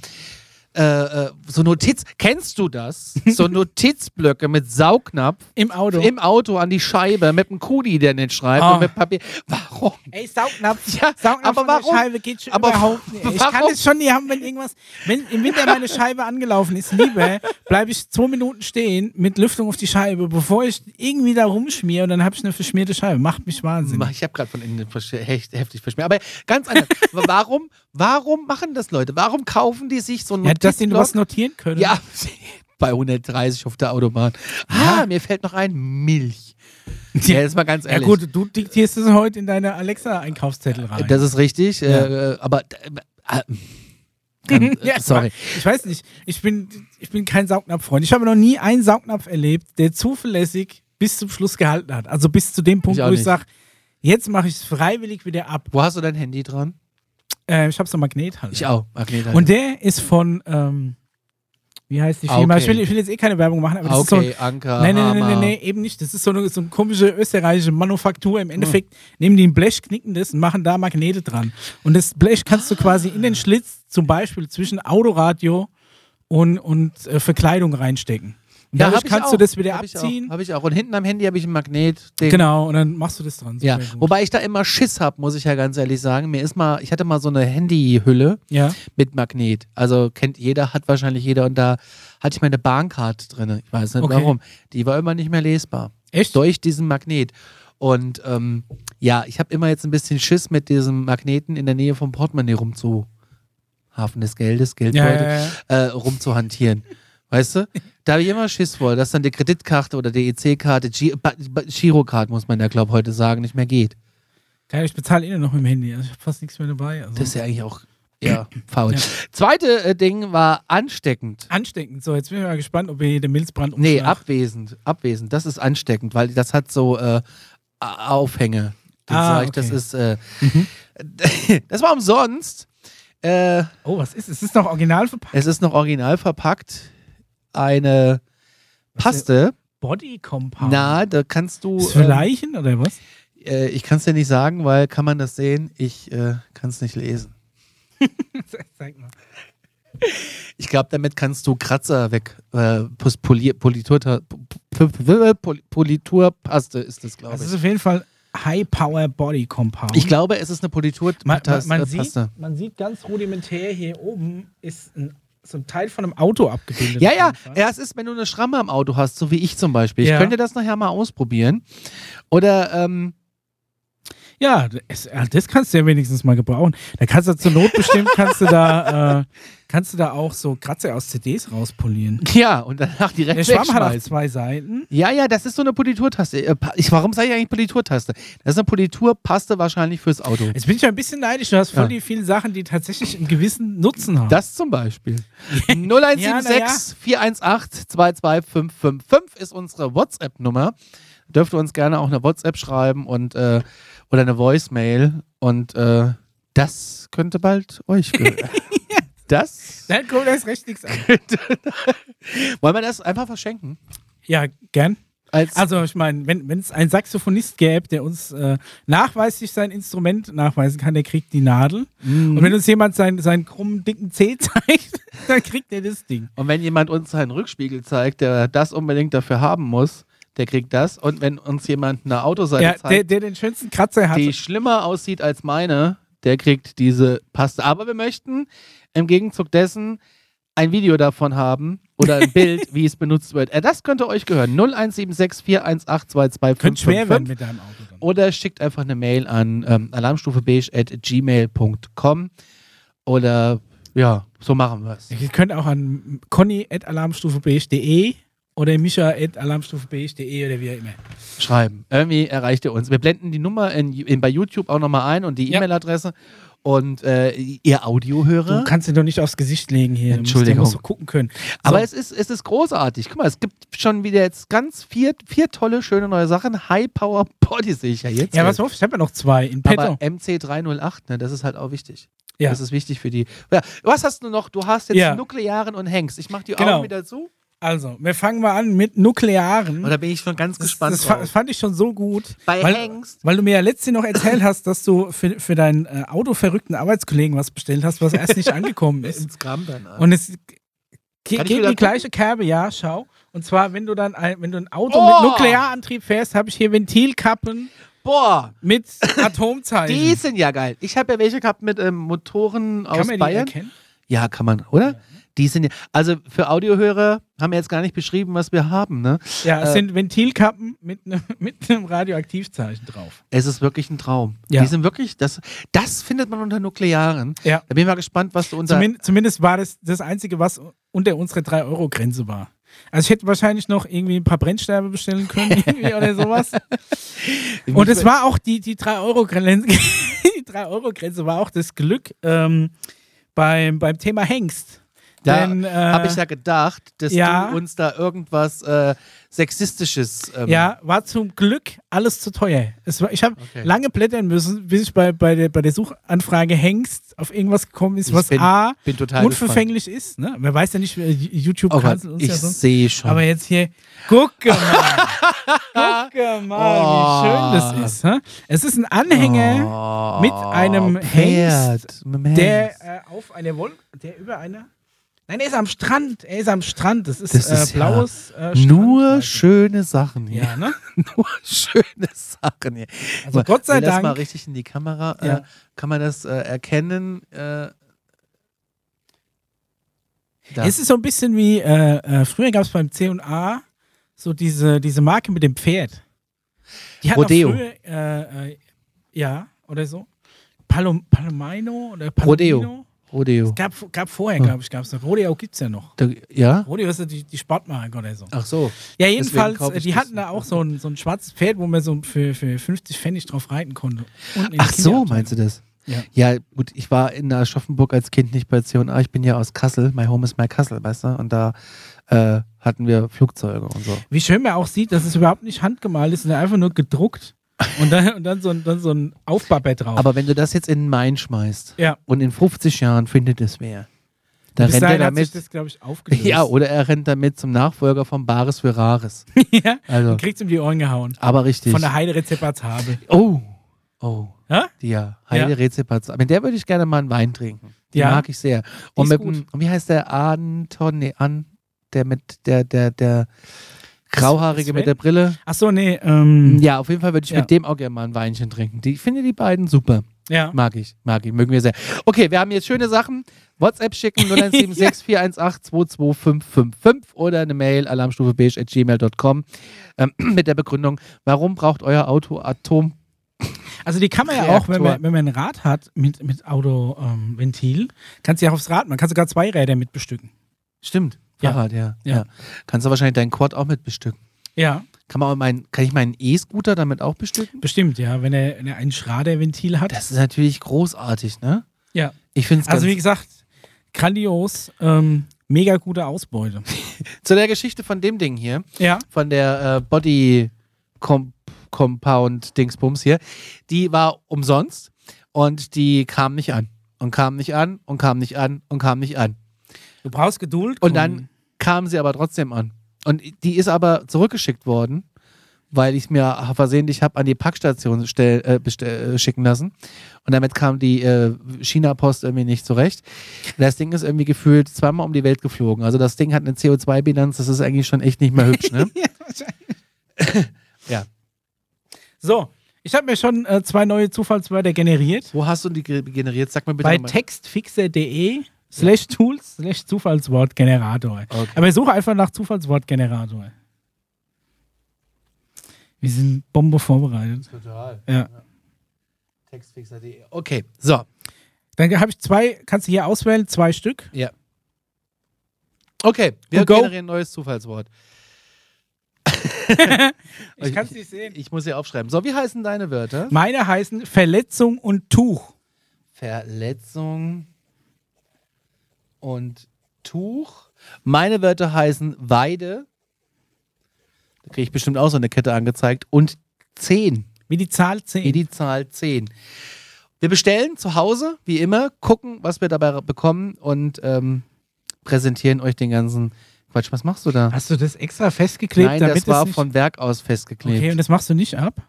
äh, äh, so Notiz. Kennst du das? [LAUGHS] So Notizblöcke mit Saugnapf Im Auto. im Auto an die Scheibe mit einem Kuli, der nicht schreibt Ah. und mit Papier. Warum? Ey, Saugnapf. [LAUGHS] Ja, aber von der warum? Scheibe geht schon Aber überhaupt nicht. Ich kann warum? es schon nie haben, wenn irgendwas, wenn im Winter meine Scheibe angelaufen ist, lieber bleibe ich zwei Minuten stehen mit Lüftung auf die Scheibe, bevor ich irgendwie da rumschmier und dann habe ich eine verschmierte Scheibe. Macht mich wahnsinnig. Ich habe gerade von innen versch- hecht- heftig verschmiert. Aber [LAUGHS] ganz anders. W- warum, warum machen das Leute? Warum kaufen die sich so einen Ja, dass die Notizblock? was notieren können. Ja, [LAUGHS] bei 130 auf der Autobahn. Ah, mir fällt noch ein Milch. Ja, jetzt mal [LAUGHS] ganz Ja ehrlich. Äh, gut, du diktierst es heute in deine Alexa-Einkaufszettel rein. Das ist richtig, Ja. äh, aber äh, [LAUGHS] äh, Ja, sorry. Ich weiß nicht. Ich bin, ich bin kein Saugnapf-Freund. Ich habe noch nie einen Saugnapf erlebt, der zuverlässig bis zum Schluss gehalten hat. Also bis zu dem Punkt, Ich auch wo ich nicht. sage, jetzt mache ich es freiwillig wieder ab. Wo hast du dein Handy dran? Äh, ich habe so einen Magnet halt. Ich auch. Magnet Und der ist von, ähm, wie heißt die Ah, Firma? okay. Ah, Ich, will, ich will jetzt eh keine Werbung machen, aber das ist so ein. okay, Anker. Nein, nein, nein, Hammer. nein, nein, eben nicht. Das ist so eine, so eine komische österreichische Manufaktur. Im Endeffekt Hm. nehmen die ein Blech, knicken das und machen da Magnete dran. Und das Blech kannst du quasi in Ah. den Schlitz, zum Beispiel zwischen Autoradio und, und äh, Verkleidung reinstecken. Und Ja, hab dadurch ich kannst auch. du das wieder Hab ich auch, abziehen. Hab ich auch. Und hinten am Handy habe ich ein Magnet. -Ding. Genau, und dann machst du das dran. Ja, Super gut. wobei ich da immer Schiss hab, muss ich ja ganz ehrlich sagen. Mir ist mal, ich hatte mal so eine Handyhülle ja. mit Magnet. Also kennt jeder, hat wahrscheinlich jeder. Und da hatte ich meine Bahncard drin. Ich weiß nicht Okay. warum. Die war immer nicht mehr lesbar. Echt? durch diesen Magnet. Und ähm, ja, ich habe immer jetzt ein bisschen Schiss mit diesem Magneten in der Nähe vom Portemonnaie rumzu Hafen des Geldes, Geldbeutel, Ja, ja, Äh, rumzuhantieren. Weißt du? Da habe ich immer Schiss vor, dass dann die Kreditkarte oder die EC-Karte, Gi- Ba- Ba- Girocard, muss man ja, glaube heute sagen, nicht mehr geht. Ja, ich bezahle eh nur noch mit dem Handy. Also ich habe fast nichts mehr dabei. Also. Das ist ja eigentlich auch [CLEARS THROAT] ja, faul. Zweite äh, Ding war ansteckend. ansteckend. So, jetzt bin ich mal gespannt, ob ihr den Milzbrand Nee, umschlagt. abwesend. Abwesend. Das ist ansteckend, weil das hat so äh, A- Aufhänge. Den Ah, sag ich, Das okay. ist. Äh, das war umsonst. Äh, Oh, was ist? Es ist noch original verpackt. es ist noch original verpackt. Eine Paste. Body Compound. Na, da kannst du. ist für ähm, Leichen oder [LAUGHS] was? äh, ich kann es dir nicht sagen, weil kann man das sehen? Ich äh, kann es nicht lesen. Zeig mal. Ich glaube, damit kannst du Kratzer weg. Äh, Pus- Polier- Politurta- P- P- P- Politurpaste ist das, glaube Das ich. Also ist auf jeden Fall High Power Body Compound. Ich glaube, es ist eine Politur. man, man, Tas- äh, man, sieht, Paste. man sieht ganz rudimentär hier oben ist ein, so ein Teil von einem Auto abgebildet. Ja, auf ja, jeden Fall. ja, es ist, wenn du eine Schramme am Auto hast, so wie ich zum Beispiel. Ich Ja. könnte das nachher mal ausprobieren. Oder, ähm, [LAUGHS] Ja, das, äh, das kannst du ja wenigstens mal gebrauchen. Da kannst du zur Not bestimmt, kannst du da, äh, kannst du da auch so Kratzer aus CDs rauspolieren. ja, und danach direkt Der Schwamm hat auch wegschmeißen. zwei Seiten. Ja, ja, das ist so eine Politurtaste. Äh, Pa- Ich, warum sage ich eigentlich Politurtaste? Das ist eine Politurpaste wahrscheinlich fürs Auto. Jetzt bin ich ja ein bisschen neidisch. Du hast voll Ja. die vielen Sachen, die tatsächlich einen gewissen Nutzen haben. Das zum [LAUGHS] Beispiel. 0176 418 22555 ist unsere WhatsApp-Nummer. Dürft ihr uns gerne auch eine WhatsApp schreiben und äh, oder eine Voicemail. Und äh, das könnte bald euch [LAUGHS] gehören. das? Dann kommt erst recht nichts an. Wollen wir das einfach verschenken? Ja, gern. Als Also ich meine, wenn es einen Saxophonist gäbe, der uns äh, nachweislich sein Instrument nachweisen kann, der kriegt die Nadel. Mhm. Und wenn uns jemand seinen, seinen krummen, dicken Zeh zeigt, [LAUGHS] dann kriegt er das Ding. und wenn jemand uns seinen Rückspiegel zeigt, der das unbedingt dafür haben muss, der kriegt das. Und wenn uns jemand eine Autoseite Ja, der, zeigt, der den schönsten Kratzer hat. die schlimmer aussieht als meine, der kriegt diese Paste. Aber wir möchten im Gegenzug dessen ein Video davon haben oder [LAUGHS] ein Bild, wie es benutzt wird. Äh, das könnte euch gehören. 0176 418 Könnte schwer werden 22555. mit deinem Auto dann. Oder schickt einfach eine Mail an ähm, alarmstufebeige.gmail.com oder ja, so machen wir es. Ihr könnt auch an conny.alarmstufe.de e oder micha.alarmstufe.de e oder wie auch immer. Schreiben. Irgendwie erreicht ihr uns. Wir blenden die Nummer in, in, bei YouTube auch nochmal ein und die Ja. E-Mail-Adresse und äh, ihr Audiohörer. Du kannst dir doch nicht aufs Gesicht legen hier. Du musst- Entschuldigung. Du musst so gucken können. So. Aber es ist, es ist großartig. Guck mal, es gibt schon wieder jetzt ganz vier, vier tolle, schöne neue Sachen. High Power Body sehe ich ja jetzt. ja, was hoffe ich? Ich habe ja noch zwei in aber petto. MC308, ne, das ist halt auch wichtig. Ja. Das ist wichtig für die. Ja, was hast du noch? Du hast jetzt Ja. Nuklearen und Hengst. Ich mach die Genau. Augen wieder zu. Also, wir fangen mal an mit Nuklearen. Hm? Oder bin ich schon ganz das, gespannt das, fa- drauf? fand ich schon so gut. Bei weil, Hengst. Weil du mir ja letztens noch erzählt hast, dass du für, für deinen äh, autoverrückten Arbeitskollegen was bestellt hast, was erst nicht angekommen ist. [LAUGHS] Ins Gramm dann an. Und es ge- Kann ich geht in wieder die gucken? gleiche Kerbe, ja, schau. Und zwar, wenn du dann ein, wenn du ein Auto Oh! mit Nuklearantrieb fährst, habe ich hier Ventilkappen Boah, [LAUGHS] mit die Atomzeichen. sind ja geil. Ich habe ja welche gehabt mit ähm, Motoren aus Kann man die Bayern. erkennen? Ja, kann man, oder? Die sind ja, also für Audiohörer haben wir jetzt gar nicht beschrieben, was wir haben, ne? Ja, es Äh, sind Ventilkappen mit, ne, [LAUGHS] mit einem Radioaktivzeichen drauf. Es ist wirklich ein Traum. Ja. Die sind wirklich, das, das findet man unter Nuklearen. Ja. Da bin ich mal gespannt, was du unter. Zumindest, zumindest war das das Einzige, was unter unserer 3-Euro-Grenze war. Also ich hätte wahrscheinlich noch irgendwie ein paar Brennstäbe bestellen können [LAUGHS] irgendwie oder sowas. Und es war auch die, die 3-Euro-Grenze [LAUGHS] die 3-Euro-Grenze war auch das Glück ähm, beim, beim Thema Hengst. da Denn, äh, habe ich ja gedacht, dass ja. du uns da irgendwas äh, Sexistisches. Ähm, ja, war zum Glück alles zu teuer. Es war, ich habe Okay. lange blättern müssen, bis ich bei, bei, der, bei der Suchanfrage Hengst auf irgendwas gekommen ist, Ich was bin- A bin total unverfänglich ist. Ne? Man weiß ja nicht, äh, YouTube Oh Gott, kanzelt uns ich ja sonst. sehe schon. Aber jetzt hier, gucke [LAUGHS] mal, gucke mal, Oh. wie schön das ist. hä? Es ist ein Anhänger, Oh, mit einem Hengst, mit einem Hengst. der äh, auf einer Wolke, der über einer. Nein, er ist am Strand. Er ist am Strand. Das ist, Das äh, ist ja blaues äh, nur Strandweizen. schöne Sachen hier. Ja, [LAUGHS] ne? Nur schöne Sachen hier. Also Gott sei Will das Dank. mal richtig in die Kamera. Äh, Ja. kann man das äh, erkennen? Äh, da. Es ist so ein bisschen wie, äh, äh, früher gab es beim C&A so diese, diese Marke mit dem Pferd. Die hatten auch Rodeo. Früher, äh, äh, ja, oder so. Palom, Palomino oder Rodeo. Palomino? Rodeo. Hm. Gab, gab vorher, glaube ich, gab es noch. Rodeo gibt es ja noch. Da, ja? Rodeo ist ja die, die Sportmarke oder so. Ach so. Ja, Deswegen jedenfalls, kaufe äh, ich die das hatten da auch so ein, so ein schwarzes Pferd, wo man so für, für 50 Pfennig drauf reiten konnte. Unten in Ach der so, Kinderabteilung. meinst du das? Ja. Ja, gut, ich war in Aschaffenburg als Kind nicht bei C&A. Ich bin ja aus Kassel. My home is my Kassel, weißt du? Und da äh, hatten wir Flugzeuge und so. Wie schön man auch sieht, dass es überhaupt nicht handgemalt ist, sondern einfach nur gedruckt. Und dann, und dann, so, ein, dann so ein Aufbaubett drauf. Aber wenn du das jetzt in den Main schmeißt ja, und in 50 Jahren findet es wer, dann bis rennt er dahin hat sich damit. das, glaube ich, aufgelöst. Ja, oder er rennt damit zum Nachfolger von Bares für Rares. [LAUGHS] ja. Also, Kriegst ihm die Ohren gehauen. aber richtig. Von der Heide Rezeptatshabe. oh, oh. Ja? Die ja, Heide Ja. Rezepaz. Mit der würde ich gerne mal einen Wein trinken. Die Ja. mag ich sehr. Und ist mit gut. dem, und wie heißt der Anton, nee, an, der mit der, der, der Grauhaarige Sven? mit der Brille? Achso, nee, ähm, Ja, auf jeden Fall würde ich Ja. mit dem auch gerne mal ein Weinchen trinken. Die, ich finde die beiden super. ja. Mag ich, mag ich, mögen wir sehr. Okay, wir haben jetzt schöne Sachen. WhatsApp schicken 0176 418 22555 oder eine Mail alarmstufe gmail.com ähm, [CLEARS THROAT] mit der Begründung, warum braucht euer Auto Atom? Also die kann man ja auch, wenn man, wenn man ein Rad hat mit, mit Autoventil, ähm, Ventil, kannst du ja aufs Rad, man kann sogar zwei Räder mit bestücken. Stimmt, Ja. Fahrrad, ja. ja. Ja. Kannst du wahrscheinlich deinen Quad auch mit bestücken. Ja, Kann, man auch meinen, kann ich meinen E-Scooter damit auch bestücken? bestimmt, ja, wenn er, wenn er ein Schraderventil hat. Das ist natürlich großartig, ne? ja. Ich finde es ganz Also wie gesagt, grandios, ähm, mega gute Ausbeute. Zu der Geschichte von dem Ding hier. ja. von der äh, Body Com Compound Dingsbums hier, die war umsonst und die kam nicht an und kam nicht an und kam nicht an und kam nicht an. Du brauchst Geduld. Conny. Und dann kam sie aber trotzdem an. Und die ist aber zurückgeschickt worden, weil ich mir versehentlich habe an die Packstation stell, äh, bestell, äh, schicken lassen. Und damit kam die äh, China-Post irgendwie nicht zurecht. Das Ding ist irgendwie gefühlt zweimal um die Welt geflogen. Also das Ding hat eine CO2-Bilanz, das ist eigentlich schon echt nicht mehr hübsch, ne? ja. So, ich habe mir schon äh, zwei neue Zufallswörter generiert. Wo hast du die ge- generiert? Sag mir bitte Bei nochmal. textfixer.de slash tools slash Zufallswortgenerator. Okay. Aber suche einfach nach Zufallswortgenerator. Wir sind Bombe vorbereitet. Total. Ja. Textfixer.de. Okay, so. Dann habe ich zwei, kannst du hier auswählen, zwei Stück. Ja. Okay, wir Und go. generieren ein neues Zufallswort. Also Ich kann's nicht sehen. Ich muss hier aufschreiben. So, wie heißen deine Wörter? Meine heißen Verletzung und Tuch. Verletzung und Tuch. Meine Wörter heißen Weide. Da kriege ich bestimmt auch so eine Kette angezeigt. Und 10. Wie die Zahl 10. Wie die Zahl 10. Wir bestellen zu Hause, wie immer, gucken, was wir dabei bekommen und ähm, präsentieren euch den ganzen Quatsch. Was machst du da? Hast du das extra festgeklebt? Nein, damit das war es nicht von Werk aus Okay, festgeklebt. und das machst du nicht ab?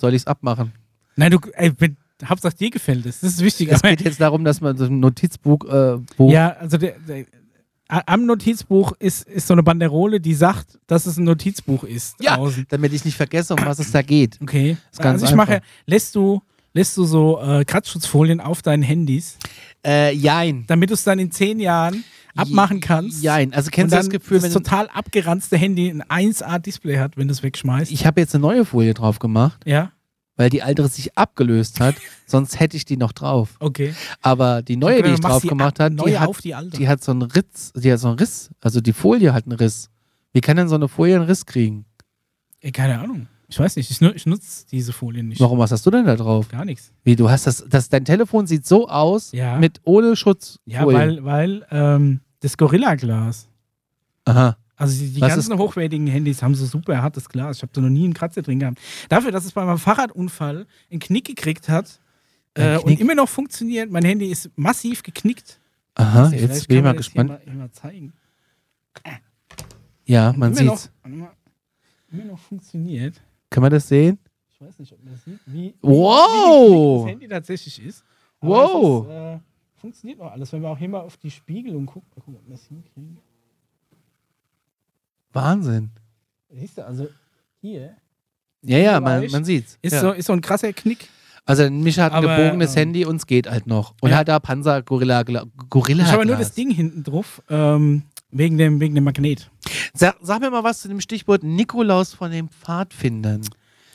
Soll ich es abmachen? Nein, du, ey, wenn, Hauptsache dir gefällt es. Das ist wichtig. Es Aber- geht jetzt darum, dass man so ein Notizbuch. Äh, Buch Ja, also der, der, a- am Notizbuch ist, ist so eine Banderole, die sagt, dass es ein Notizbuch ist. Ja, Außen. damit ich nicht vergesse, um was es da geht. Okay. Ist ganz also ich mache, einfach. lässt du, lässt du so äh, Kratzschutzfolien auf deinen Handys, Äh, jein. damit du es dann in zehn Jahren abmachen kannst. Jein. Also Und kennst du dann das Gefühl, das wenn du, total abgeranzte Handy ein 1A-Display hat, wenn du es wegschmeißt. ich habe jetzt eine neue Folie drauf gemacht, ja, weil die alte sich [LAUGHS] abgelöst hat, sonst hätte ich die noch drauf. okay. Aber die neue, die ich Du machst drauf gemacht ab- habe, neue die hat auf die alte. Die hat so einen Ritz, die hat so einen Riss. Also die Folie hat einen Riss. Wie kann denn so eine Folie einen Riss kriegen? Ey, Äh, keine Ahnung. Ich weiß nicht. Ich, nu- ich nutze diese Folien nicht. Warum, was hast du denn da drauf? Gar nichts. Wie, du hast das, das dein Telefon sieht so aus, Ja. mit ohne Schutz. Ja, weil, weil ähm, das Gorilla-Glas. Aha. Also die, die Was ganzen hochwertigen Handys haben so super hartes Glas. Ich habe da noch nie einen Kratzer drin gehabt. Dafür, dass es bei meinem Fahrradunfall einen Knick gekriegt hat Ein äh, Knick? und immer noch funktioniert, mein Handy ist massiv geknickt. Aha, Weiß nicht, jetzt vielleicht bin kann ich mal man das hier gespannt. Mal, hier mal zeigen. ja, man immer noch, sieht's. immer, immer noch funktioniert. Kann man das sehen? Ich weiß nicht, ob man das sieht, wie, Wow! wie geknickt das Handy tatsächlich ist. Wow! es Ist, äh, funktioniert noch alles. Wenn wir auch hier mal auf die Spiegelung gucken, mal gucken, ob wir das hinkriegen. Wahnsinn. Siehst du, also hier Ja, ja, Ja, man, weiß. man sieht's. ist, ja. so, ist so ein krasser Knick. also mich hat ein Aber, gebogenes ähm, Handy und es geht halt noch. Und ja. hat da Panzer Gorilla Gla- Gorilla. Ich habe nur Glas. das Ding hinten drauf, ähm, wegen, dem, wegen dem Magnet. Sag, sag mir mal was zu dem Stichwort Nikolaus von den Pfadfindern.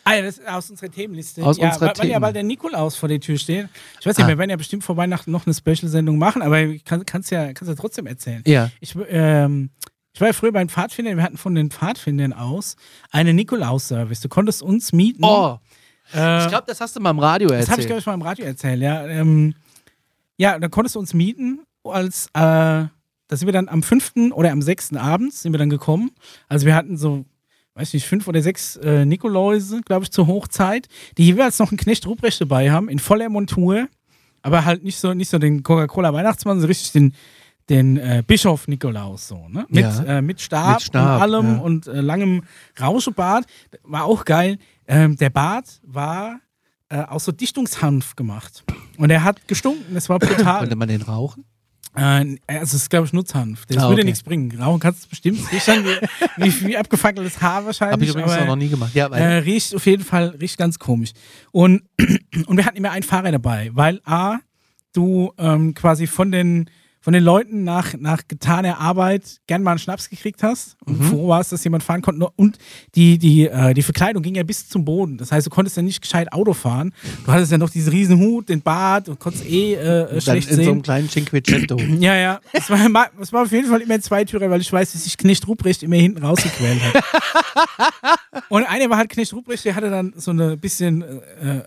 Ah ja, das ist aus unserer Themenliste. Aus ja, unserer weil, weil ja Themen. bald der Nikolaus vor der Tür steht. Ich weiß nicht, Ah. wir werden ja bestimmt vor Weihnachten noch eine Special-Sendung machen, aber ich kann, kannst ja, kannst ja trotzdem erzählen. Ja. Ich, ähm, ich war ja früher bei den Pfadfindern, wir hatten von den Pfadfindern aus einen Nikolaus-Service. Du konntest uns mieten. Oh, äh, ich glaube, das hast du mal im Radio das habe ich, erzählt. glaube ich, mal im Radio erzählt, ja. Ähm, ja, da konntest du uns mieten als, äh, da sind wir dann am fünften oder am sechsten abends sind wir dann gekommen. Also wir hatten so, weiß nicht, fünf oder sechs äh, Nikoläuse, glaube ich, zur Hochzeit, die jeweils noch einen Knecht Ruprecht dabei haben, in voller Montur, aber halt nicht so, nicht so den Coca-Cola-Weihnachtsmann, so richtig den, den äh, Bischof Nikolaus so, ne? Mit, Ja. äh, mit Stab, Mit Stab, und allem ja. und äh, langem Rauschebart. War auch geil. Ähm, der Bart war äh, aus so Dichtungshanf gemacht. Und er hat gestunken, das war brutal. Konnte man den rauchen? äh, also es ist, glaube ich, Nutzhanf. Das Ah, würde okay. nichts bringen. Rauchen kannst du bestimmt sichern, wie, wie, wie abgefangenes Haar wahrscheinlich. Habe ich übrigens aber- noch nie gemacht. Ja, weil äh, riecht auf jeden Fall riecht ganz komisch. Und, [CLEARS THROAT] und wir hatten immer einen Fahrer dabei, weil A, du ähm, quasi von den, von den Leuten nach, nach getaner Arbeit gern mal einen Schnaps gekriegt hast und Mhm. froh warst, dass jemand fahren konnte. Und die, die, äh, die Verkleidung ging ja bis zum Boden. Das heißt, du konntest ja nicht gescheit Auto fahren. Du hattest ja noch diesen riesen Hut, den Bart und konntest eh äh, äh, dann in schlecht so sehen. einem kleinen [CLEARS THROAT] Cinquecento. Ja, ja. Es war, ma- es war auf jeden Fall immer Zweitürer, weil ich weiß, dass sich Knecht Ruprecht immer hinten rausgequält hat. [LAUGHS] Und einer war halt Knecht Ruprecht, der hatte dann so eine bisschen. Äh, äh,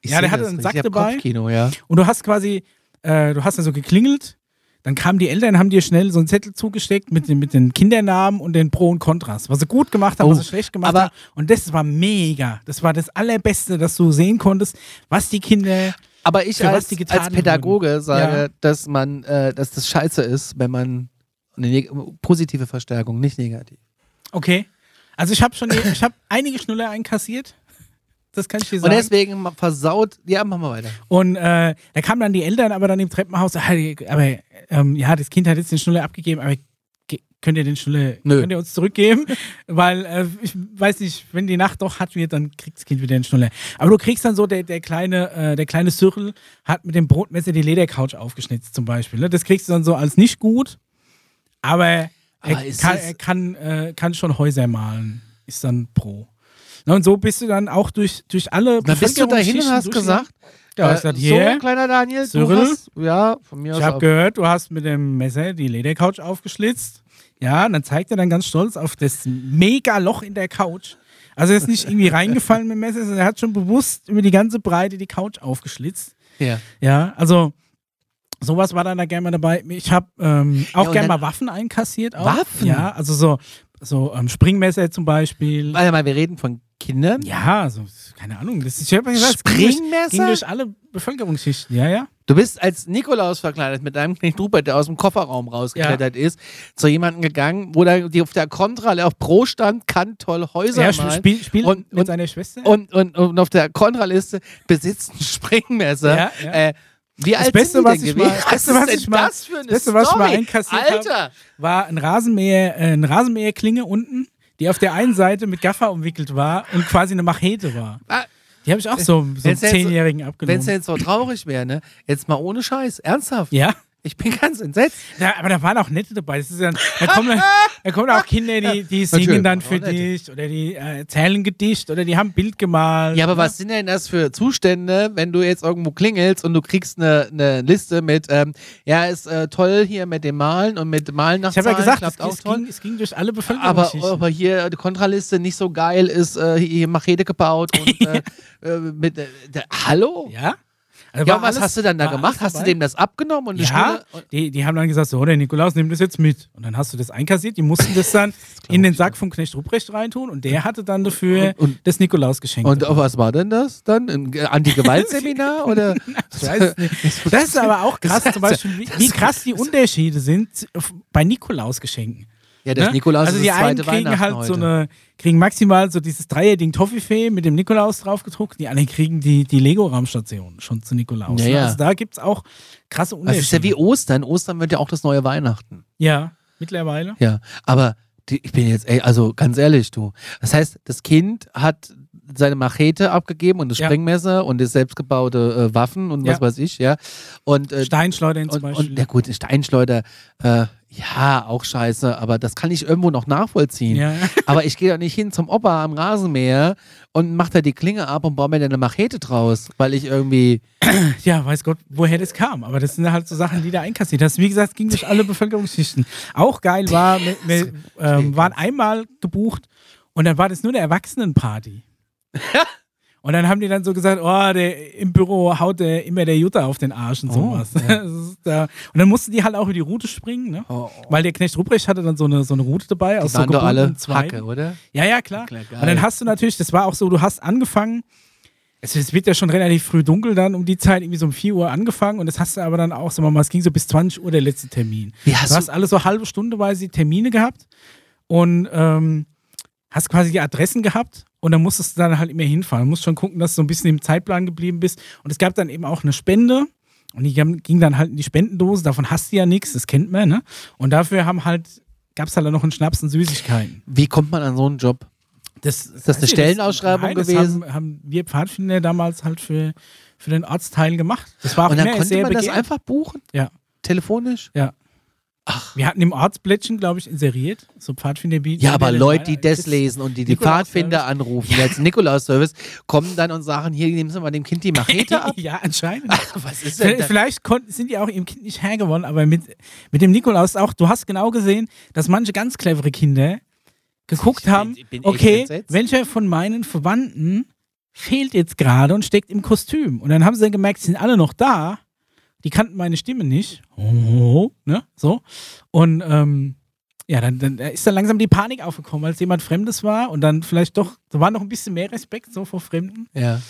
Ich ja, seh der hatte das einen nicht. Sack ich hab dabei. Kopfkino, ja. Und du hast quasi. Äh, du hast dann so geklingelt. Dann kamen die Eltern, haben dir schnell so einen Zettel zugesteckt mit den, mit den Kindernamen und den Pro und Kontras. Was sie gut gemacht haben, Oh, was sie schlecht gemacht aber- haben. Und das war mega. Das war das Allerbeste, dass du sehen konntest, was die Kinder. Aber ich Für was als, die getan als Pädagoge sage, Ja. dass man, äh, dass das scheiße ist, wenn man eine neg- positive Verstärkung, nicht negativ. Okay. Also ich habe schon, ich habe einige Schnuller einkassiert. Das kann ich dir Und sagen. deswegen ma- versaut, ja, machen wir weiter. Und, äh, da kamen dann die Eltern aber dann im Treppenhaus, ah, die- aber ähm, ja, das Kind hat jetzt den Schnuller abgegeben, aber ge- könnt ihr den Schnuller, Nö. könnt ihr uns zurückgeben? [LAUGHS] Weil äh, ich weiß nicht, wenn die Nacht doch hart wird, dann kriegt das Kind wieder den Schnuller. Aber du kriegst dann so, der, der kleine, äh, der kleine Cyril hat mit dem Brotmesser die Ledercouch aufgeschnitzt zum Beispiel. Ne? Das kriegst du dann so als nicht gut, aber Aber er, ist kann, das- er kann, äh, kann schon Häuser malen. Ist dann pro. Na, und so bist du dann auch durch, durch alle Dann bist du dahin und Bevölkerungsschichten hast durchgegangen. gesagt, ne? Ja, äh, ich sag, so hier, kleiner Daniel, Cyril? du hast, ja, von mir aus ich habe auch. gehört, du hast mit dem Messer die Ledercouch aufgeschlitzt. Ja, und dann zeigt er dann ganz stolz auf das Mega-Loch in der Couch. Also er ist nicht [LAUGHS] irgendwie reingefallen mit dem Messer, sondern er hat schon bewusst über die ganze Breite die Couch aufgeschlitzt. ja. Ja, also sowas war dann da gerne mal dabei. Ich habe ähm, auch Ja, und gerne dann- mal Waffen einkassiert. Auch. Waffen? Ja, also so, so ähm, Springmesser zum Beispiel. Warte mal, wir reden von Kindern. Ja, so, keine Ahnung. Das, ich habe gesagt, es ging durch- ging Springmesser? durch alle Bevölkerungsschichten. Ja, ja. Du bist als Nikolaus verkleidet mit einem Knecht Rupert, der aus dem Kofferraum rausgeklettert ist, zu jemandem gegangen, wo da, die auf der Kontra auf Pro stand, kann toll Häuser Er malen. spielt spiel Und- mit und- seiner Schwester. und, und, und auf der Kontraliste besitzt ein Springmesser. Ja, ja. Äh, wie alt Beste, sind die was denn ich gewesen? mal- das Beste, was ist denn ich mal- das für eine das Beste, was ich mal Story? einkassiert hab. Alter! war ein Rasenmäher, äh, eine Rasenmäherklinge unten, die auf der einen Seite mit Gaffer umwickelt war und quasi eine Machete war. Ah. Die habe ich auch so, so einem Wenn's jetzt- Zehnjährigen Wenn es abgenommen. jetzt so traurig wäre, ne? Jetzt mal ohne Scheiß, ernsthaft. Genau. Ja, Ich bin ganz entsetzt. da, aber da waren auch nette dabei. Das ist ja, da, kommen, [LAUGHS] dann- da kommen auch Kinder, die, die singen Natürlich, dann auch für nette. dich oder die äh, erzählen ein Gedicht oder die haben ein Bild gemalt. Ja, aber was sind denn das für Zustände, wenn du jetzt irgendwo klingelst und du kriegst eine, eine Liste mit, ähm, ja, ist äh, toll hier mit dem Malen und mit Malen nach Ich habe ja Zahlen gesagt, es, klappt auch es, toll. ging, es ging durch alle Aber, Bevölkerungsschichten. aber hier äh, die Kontraliste nicht so geil ist, äh, hier Machete gebaut [LAUGHS] und äh, äh, mit, äh, da, hallo? ja? Also Ja, war und was alles- hast du dann da war gemacht? alles Hast du dabei? dem das abgenommen und eine Ja, Stunde- und- die, die haben dann gesagt, so, der Nikolaus nimmt das jetzt mit. Und dann hast du das einkassiert, die mussten das [LAUGHS] dann in den Sack vom Knecht Ruprecht reintun und der hatte dann dafür Und- und- das Nikolausgeschenk. Und äh, was war denn das dann? Ein Ge- [LAUGHS] Anti-Gewalt-Seminar oder? Ich [LAUGHS] weiß nicht. Das ist aber auch krass, zum Beispiel, wie, wie krass die Unterschiede sind auf- bei Nikolausgeschenken. Ja, das ne? Nikolaus also ist die das einen zweite kriegen Weihnachten halt heute. so eine, kriegen maximal so dieses Dreierding Toffifee mit dem Nikolaus drauf gedruckt, die anderen kriegen die, die Lego-Raumstation schon zu Nikolaus. Ja, ne? ja. Also da gibt es auch krasse Unterschiede. das ist ja wie Ostern. Ostern wird ja auch das neue Weihnachten. ja, mittlerweile. Ja, aber die, ich bin jetzt, ey, also ganz ehrlich, du. Das heißt, das Kind hat seine Machete abgegeben und das Ja. Springmesser und das selbstgebaute äh, Waffen und was Ja. weiß ich, ja. Und, äh, Steinschleudern zum und, Beispiel. und ja gut, Steinschleuder, äh, Ja, auch scheiße, aber das kann ich irgendwo noch nachvollziehen. Ja. [LAUGHS] Aber ich gehe doch nicht hin zum Opa am Rasenmäher und mach da die Klinge ab und baue mir dann eine Machete draus, weil ich irgendwie. ja, weiß Gott, woher das kam. Aber das sind halt so Sachen, die da einkassiert hast. Wie gesagt, es ging durch alle Bevölkerungsschichten. Auch geil war, wir, wir ähm, waren einmal gebucht und dann war das nur eine [LAUGHS] Erwachsenenparty. Und dann haben die dann so gesagt, oh, der, im Büro haut der, immer der Jutta auf den Arsch Oh, und sowas. [LAUGHS] Das ist da. Und dann mussten die halt auch über die Route springen, ne? Oh, oh. Weil der Knecht Ruprecht hatte dann so eine, so eine Route dabei. aus Die so waren doch alle gebundenen Zweigen. Hacke, oder? Ja, ja, klar. Klar, geil. und dann hast du natürlich, das war auch so, du hast angefangen, es, es wird ja schon relativ früh dunkel dann um die Zeit, irgendwie so um 4 Uhr angefangen und das hast du aber dann auch, sagen wir mal, es ging so bis 20 Uhr der letzte Termin. Wie hast Du hast alle so halbe Stundeweise die Termine gehabt und ähm, hast quasi die Adressen gehabt und dann musstest du dann halt immer hinfahren. Du musst schon gucken, dass du so ein bisschen im Zeitplan geblieben bist. Und es gab dann eben auch eine Spende und die gam- ging dann halt in die Spendendose. Davon hast du ja nichts, das kennt man, ne? Und dafür haben halt, gab es halt noch einen Schnaps und Süßigkeiten. Wie kommt man an so einen Job? Das, Ist das eine weiß ich, Stellenausschreibung das gewesen? Haben, haben wir Pfadfinder damals halt für, für den Ortsteil gemacht. Das war auch Und dann immer konnte sehr man das begehrt. einfach buchen? Ja. Telefonisch? Ja. Wir hatten im Ortsblättchen, glaube ich, inseriert, so Pfadfinder Ja, aber Leute, die das lesen und die die Nikolaus-Service. Pfadfinder anrufen, jetzt Nikolaus-Service, kommen dann und sagen, hier nehmen Sie mal dem [LAUGHS] Kind die Machete ab. Ja, anscheinend. [LAUGHS] Was ist denn V- das? Vielleicht konnten, sind die auch ihrem Kind nicht hergewonnen, aber mit, mit dem Nikolaus auch, du hast genau gesehen, dass manche ganz clevere Kinder geguckt Ich bin- haben, ich bin echt okay, entsetzt. welcher von meinen Verwandten fehlt jetzt gerade und steckt im Kostüm. Und dann haben sie dann gemerkt, sie sind alle noch da, die kannten meine Stimme nicht. Oh, ne? So. Und ähm, ja, dann, dann ist dann langsam die Panik aufgekommen, als jemand Fremdes war und dann vielleicht doch, da war noch ein bisschen mehr Respekt so vor Fremden. Ja.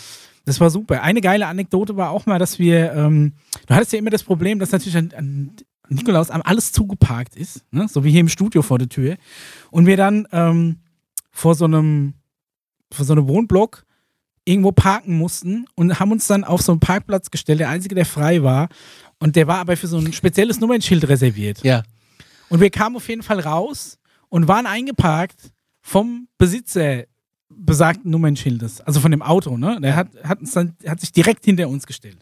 Das war super. Eine geile Anekdote war auch mal, dass wir, ähm, du hattest ja immer das Problem, dass natürlich an, an Nikolaus am alles zugeparkt ist, ne? so wie hier im Studio vor der Tür. Und wir dann ähm, vor so einem, vor so einem Wohnblock irgendwo parken mussten und haben uns dann auf so einen Parkplatz gestellt, der einzige, der frei war. Und der war aber für so ein spezielles Nummernschild reserviert. Ja. Und wir kamen auf jeden Fall raus und waren eingeparkt vom Besitzer äh, besagten Nummernschildes, also von dem Auto, ne? Der hat, hat, uns dann, hat sich direkt hinter uns gestellt.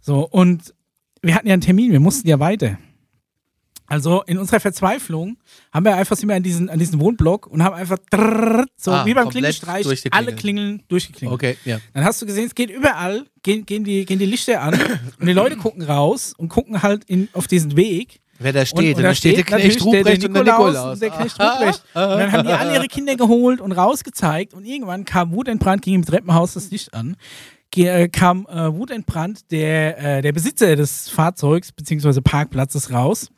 So, und wir hatten ja einen Termin, wir mussten ja weiter. Also in unserer Verzweiflung haben wir einfach sind wir an diesen, an diesen Wohnblock und haben einfach drrrr, so Ah, wie beim komplett Klingelstreich durchgeklingelt. alle Klingeln durchgeklingelt. Okay, ja. Dann hast du gesehen, es geht überall, gehen, gehen, die, gehen die Lichter an und die Leute gucken raus und gucken halt in, auf diesen Weg Wer da steht, und, und da steht der Knecht natürlich Ruprecht und der Nikolaus. und der [LAUGHS] Knecht Ah, Ruprecht. Und ah, dann haben die alle ihre Kinder geholt und rausgezeigt und irgendwann kam wutentbrannt, ging im Treppenhaus das Licht an, ge- äh, kam äh, wutentbrannt der, äh, der Besitzer des Fahrzeugs bzw. Parkplatzes raus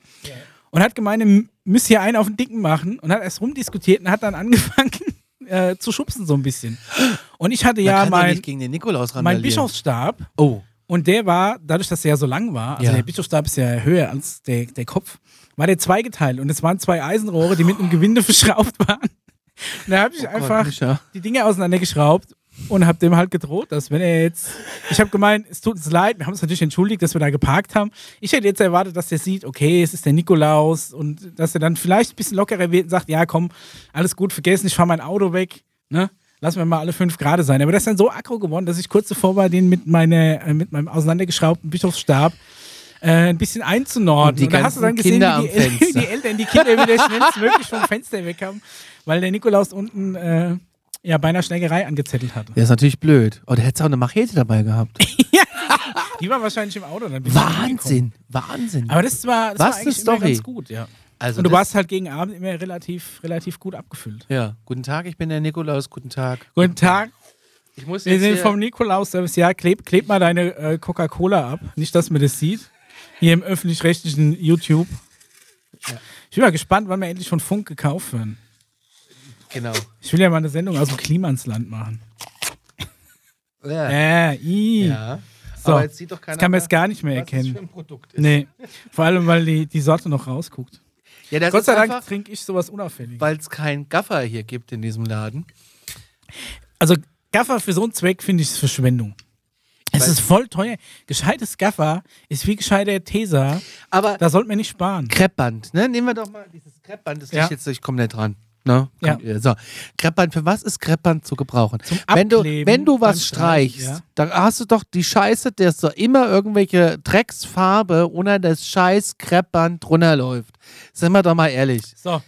und hat gemeint, ihr müsst hier einen auf den Dicken machen und hat erst rumdiskutiert und hat dann angefangen [LAUGHS] äh, zu schubsen so ein bisschen. Und ich hatte Man ja kann doch mein, nicht gegen den Nikolaus ran. mein Bischofsstab Oh. und der war, dadurch, dass er ja so lang war, also Ja. der Bischofsstab ist ja höher als der, der Kopf, war der zweigeteilt. Und es waren zwei Eisenrohre, die mit einem Gewinde [LAUGHS] verschraubt waren. Und da habe ich einfach Micha. die Dinge auseinandergeschraubt und habe dem halt gedroht, dass wenn er jetzt. Ich habe gemeint, es tut uns leid, wir haben uns natürlich entschuldigt, dass wir da geparkt haben. Ich hätte jetzt erwartet, dass der sieht, okay, es ist der Nikolaus und dass er dann vielleicht ein bisschen lockerer wird und sagt, ja komm, alles gut, vergessen, ich fahre mein Auto weg, ne? Lass mir mal alle fünf Grade sein. Aber das ist dann so aggro geworden, dass ich kurz davor war, den mit, meine, äh, mit meinem auseinandergeschraubten Bischofsstab äh, ein bisschen einzunorden. Und die da hast du ganzen dann gesehen, [LAUGHS] Kinder wie am die, El- Fenster. die Eltern die Kinder wieder schnellstmöglich vom Fenster weg haben, weil der Nikolaus unten äh, ja bei einer Schlägerei angezettelt hatte. Der ist natürlich blöd. Oh, der hätte auch eine Machete dabei gehabt. [LAUGHS] Die war wahrscheinlich im Auto. Dann bin ich angekommen. Wahnsinn, Wahnsinn. Aber das war, das Was war eigentlich eine immer Story. ganz gut, ja. also Und du das- warst halt gegen Abend immer relativ, relativ gut abgefüllt. Ja, guten Tag, ich bin der Nikolaus. Guten Tag. Guten Tag, Ich muss wir sind vom Nikolaus. Service. Ja, kleb, kleb mal deine äh, Coca-Cola ab. Nicht, dass man das sieht. Hier im öffentlich-rechtlichen YouTube. Ich bin mal gespannt, wann wir endlich von Funk gekauft werden. Genau. Ich will ja mal eine Sendung aus dem Klimansland machen. Ja. Äh, i. ja. So. Aber jetzt sieht doch keiner Das kann man mehr, jetzt gar nicht mehr was das für erkennen. ein Produkt ist. Nee, vor allem, weil die, die Sorte noch rausguckt. Ja, das Gott sei ist Dank einfach, trinke ich sowas unauffällig. weil es keinen Gaffer hier gibt in diesem Laden. Also Gaffer für so einen Zweck finde ich ist Verschwendung. Es Weil- ist voll teuer. Gescheites Gaffer ist wie gescheiter Tesa. Aber Da sollte man nicht sparen. Kreppband, ne? Nehmen wir doch mal dieses Kreppband, das Ja. liegt jetzt, ich komme nicht dran. Ne? Ja. Kommt ihr. So. Kreppband, für was ist Kreppband zu gebrauchen? wenn, du, Abkleben wenn du beim was Streichen, streichst, ja. dann hast du doch die Scheiße, dass da immer irgendwelche Drecksfarbe unter das scheiß Kreppband drunter läuft. Sind wir doch mal ehrlich. So.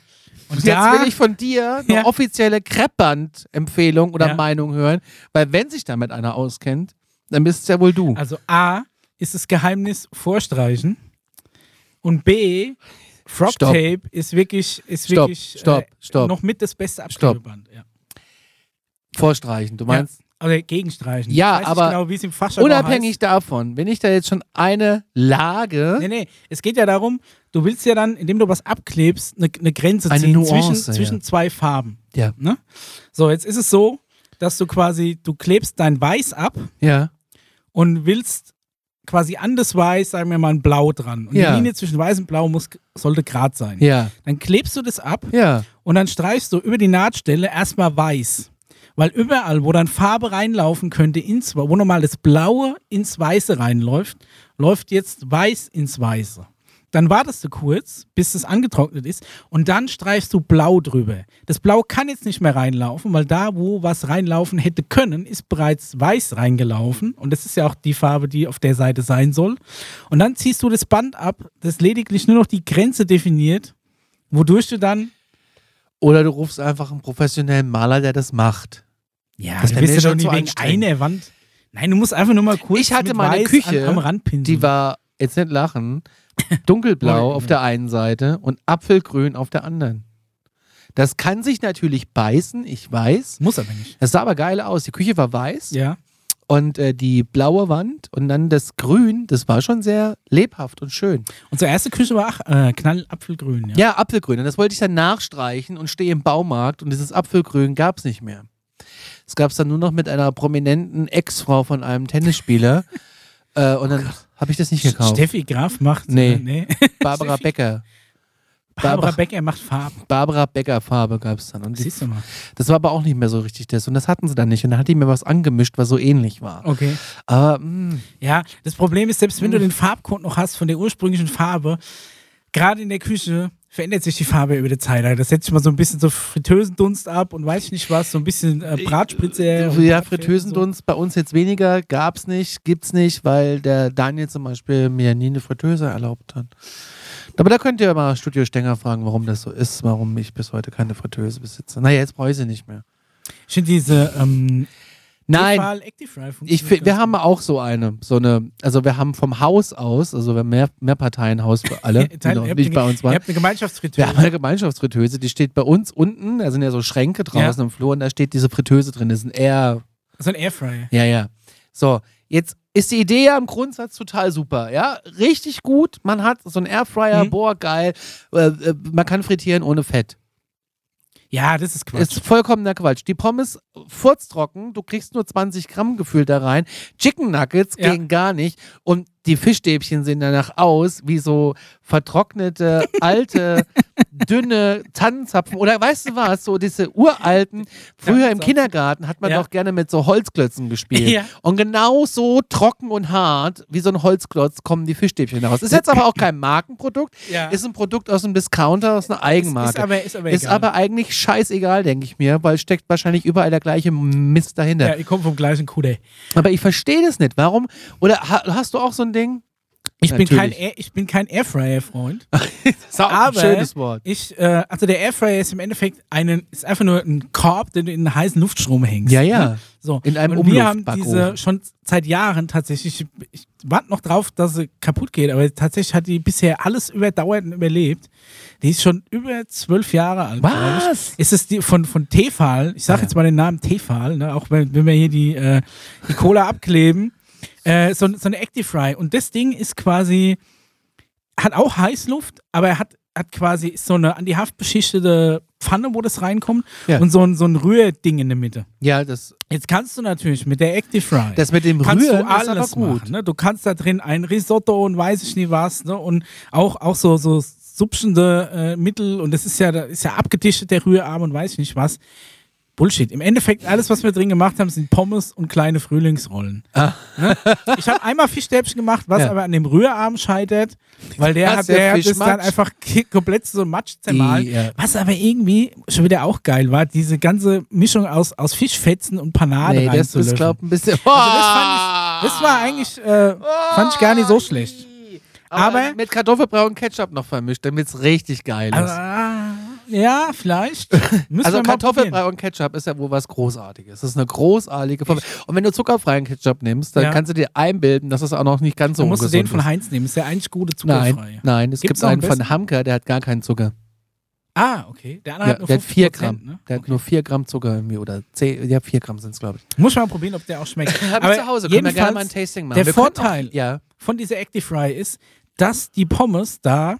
Und Jetzt da, will ich von dir eine Ja. offizielle Kreppband-Empfehlung oder Ja. Meinung hören, weil wenn sich damit einer auskennt, dann bist es ja wohl du. also A, ist das Geheimnis vorstreichen. Und B, Frog Stopp. Tape ist wirklich, ist Stopp, wirklich äh, stopp, stopp. noch mit das beste Stopp. Abklebeband. Ja. Vorstreichen, du meinst? Ja. Oder gegenstreichen. Ja, ich weiß aber nicht genau, wie es im Fachjargon Unabhängig davon, wenn ich da jetzt schon eine Lage, Nee, nee, es geht ja darum, du willst ja dann, indem du was abklebst, eine ne Grenze Eine ziehen Nuance, zwischen, ja. zwischen zwei Farben. Ja. Ne? So, jetzt ist es so, dass du quasi, du klebst dein Weiß ab ja, und willst quasi an das Weiß, sagen wir mal, ein Blau dran. Und Ja. die Linie zwischen Weiß und Blau muss, sollte gerade sein. ja, Dann klebst du das ab ja, und dann streichst du über die Nahtstelle erstmal Weiß. Weil überall, wo dann Farbe reinlaufen könnte, ins, wo nochmal das Blaue ins Weiße reinläuft, läuft jetzt Weiß ins Weiße. Dann wartest du kurz, bis es angetrocknet ist und dann streichst du Blau drüber. Das Blau kann jetzt nicht mehr reinlaufen, weil da, wo was reinlaufen hätte können, ist bereits Weiß reingelaufen und das ist ja auch die Farbe, die auf der Seite sein soll. Und dann ziehst du das Band ab, das lediglich nur noch die Grenze definiert, wodurch du dann Oder du rufst einfach einen professionellen Maler, der das macht. Ja, Das du wär bist mir ja schon schon zu nie wegen anstrengend. einer Wand. Nein, du musst einfach nur mal kurz Ich hatte mit meine Weiß Küche, an, am Rand pinseln. Die war, jetzt [LAUGHS] nicht lachen, dunkelblau Nein, auf ja. der einen Seite und apfelgrün auf der anderen. Das kann sich natürlich beißen, ich weiß. muss aber nicht. Das sah aber geil aus. Die Küche war weiß Ja. und äh, die blaue Wand und dann das Grün, das war schon sehr lebhaft und schön. Unsere erste Küche war äh, knallapfelgrün. Ja. Ja, Apfelgrün. Und das wollte ich dann nachstreichen und stehe im Baumarkt und dieses Apfelgrün gab es nicht mehr. Es gab es dann nur noch mit einer prominenten Ex-Frau von einem Tennisspieler. äh, und dann habe ich das nicht Ste- gekauft. Steffi Graf macht. Nee. Äh, nee. Barbara Steffi- Becker. [LAUGHS] Barbara Barbara- Becker macht Farben. Barbara Becker Farbe gab es dann. Und die, Siehst du mal. das war aber auch nicht mehr so richtig das. Und das hatten sie dann nicht. Und dann hat die mir was angemischt, was so ähnlich war. Okay. Aber mm. mh, Ja, das Problem ist, selbst wenn du den Farbcode noch hast von der ursprünglichen Farbe, gerade in der Küche verändert sich die Farbe über die Zeit. Also Das setzt sich mal so ein bisschen so Fritösendunst ab und weiß ich nicht was, so ein bisschen äh, Bratspritze. und Bratfett ja, und so. Fritösendunst bei uns jetzt weniger. Gab's nicht, gibt's nicht, weil der Daniel zum Beispiel mir nie eine Fritteuse erlaubt hat. Aber da könnt ihr mal Studio Stenger fragen, warum das so ist, warum ich bis heute keine Fritteuse besitze. Naja, jetzt brauche ich sie nicht mehr. Ich finde diese ähm, Nein, Tefal Actifry ich, fi- funktioniert wir ganz haben auch so eine, so eine, also wir haben vom Haus aus, also wir haben mehr, mehr Parteienhaus für [LAUGHS] alle, die Teil- noch ihr habt ne? eine- Genau, nicht bei uns Ihr waren. habt eine Gemeinschaftsfritteuse. Wir haben eine Gemeinschaftsfritteuse, die steht bei uns unten, da sind ja so Schränke draußen im Flur und da steht diese Fritteuse drin, das ist ein eher So ein Airfryer. Ja, ja. So, jetzt ist die Idee ja im Grundsatz total super, ja. Richtig gut. Man hat so einen Airfryer, Mhm. boah, geil. Äh, äh, man kann frittieren ohne Fett. Ja, das ist Quatsch. Ist vollkommener Quatsch. Die Pommes furztrocken, du kriegst nur 20 Gramm gefühlt da rein. Chicken Nuggets Ja. gehen gar nicht. Und die Fischstäbchen sehen danach aus wie so [LAUGHS] vertrocknete, alte, dünne Tannenzapfen. Oder weißt du was, so diese uralten, früher Tannenzapfen. im Kindergarten hat man Ja. doch gerne mit so Holzklötzen gespielt. Ja. Und genau so trocken und hart wie so ein Holzklotz kommen die Fischstäbchen raus. Ist jetzt aber auch kein Markenprodukt, Ja. ist ein Produkt aus einem Discounter, aus einer Ist Eigenmarke. aber, ist aber Ist egal. aber eigentlich scheißegal, denke ich mir, weil steckt wahrscheinlich überall der gleiche Mist dahinter. ja, ihr kommt vom gleichen Kuder. Aber ich verstehe das nicht. Warum? Oder ha hast du auch so ein Ding? Ich bin, kein Natürlich. Oh Air, ich bin kein Airfryer-Freund. Das ist auch Aber- ein schönes Wort. Ich, äh, also der Airfryer ist im Endeffekt einen, ist einfach nur ein Korb, den du in einen heißen Luftstrom hängst. ne? Ja, ja. So. In einem Und wir haben Umluftbackofen. diese schon seit Jahren tatsächlich, ich, ich warte noch drauf, dass sie kaputt geht, aber tatsächlich hat die bisher alles überdauert und überlebt. Die ist schon über zwölf Jahre alt. glaub ich. Was? Ist es die von, von Tefal? Ich sage Ja. jetzt mal den Namen Tefal, ne? auch wenn, wenn wir hier die, äh, die Cola abkleben. Äh, so, so eine Actifry. Und das Ding ist quasi, hat auch Heißluft, aber er hat, hat quasi ist so eine an die Haft beschichtete Pfanne, wo das reinkommt Ja. und so ein, so ein Rührding in der Mitte. Ja, das, Jetzt kannst du natürlich mit der Actifry das mit dem kannst Rühren du ist aber alles gut. machen. Ne? Du kannst da drin ein Risotto und weiß ich nie was ne? und auch, auch so, so subschende äh, Mittel und das ist ja, da ist ja abgedichtet, der Rührarm und weiß ich nicht was. Bullshit. Im Endeffekt, alles, was wir drin gemacht haben, sind Pommes und kleine Frühlingsrollen. Ne? Ich habe einmal Fischstäbchen gemacht, was Ah. Ja. aber an dem Rührarm scheitert, weil der Was hat der der hat Fisch es dann matscht. einfach ki- komplett so matsch zermahlen. I- ja. Was aber irgendwie schon wieder auch geil war, diese ganze Mischung aus, aus Fischfetzen und Panade Nee, das ist, reinzulöffeln. glaube ein bisschen. Also das, fand ich, das war eigentlich, äh, fand ich gar nicht so schlecht. Aber, Aber- mit Kartoffelbrei und Ketchup noch vermischt, damit es richtig geil ist. Also, ah, ja, vielleicht. Müssen [LAUGHS] wir also mal probieren. Kartoffelbrei und Ketchup ist ja wohl was Großartiges. Das ist eine großartige Form. Und wenn du zuckerfreien Ketchup nimmst, dann Ja. kannst du dir einbilden, dass das auch noch nicht ganz so Dann musst du ungesund den von ist. Heinz nehmen. Ist ja eigentlich gute zuckerfreie. Nein, nein, es Gibt's gibt noch einen einen von Hamker, der hat gar keinen Zucker. Ah, okay. Der andere Ja, hat nur der hat 4 5%, Gramm. Ne? Der hat nur 4 Gramm Zucker irgendwie oder 10, ja, 4 Gramm sind es, glaube ich. Muss man mal probieren, ob der auch [LAUGHS] schmeckt. Haben wir zu Hause, können wir gerne mal ein jedenfalls Tasting machen. der wir können Vorteil- Auch, ja, von dieser Actifry ist, dass die Pommes da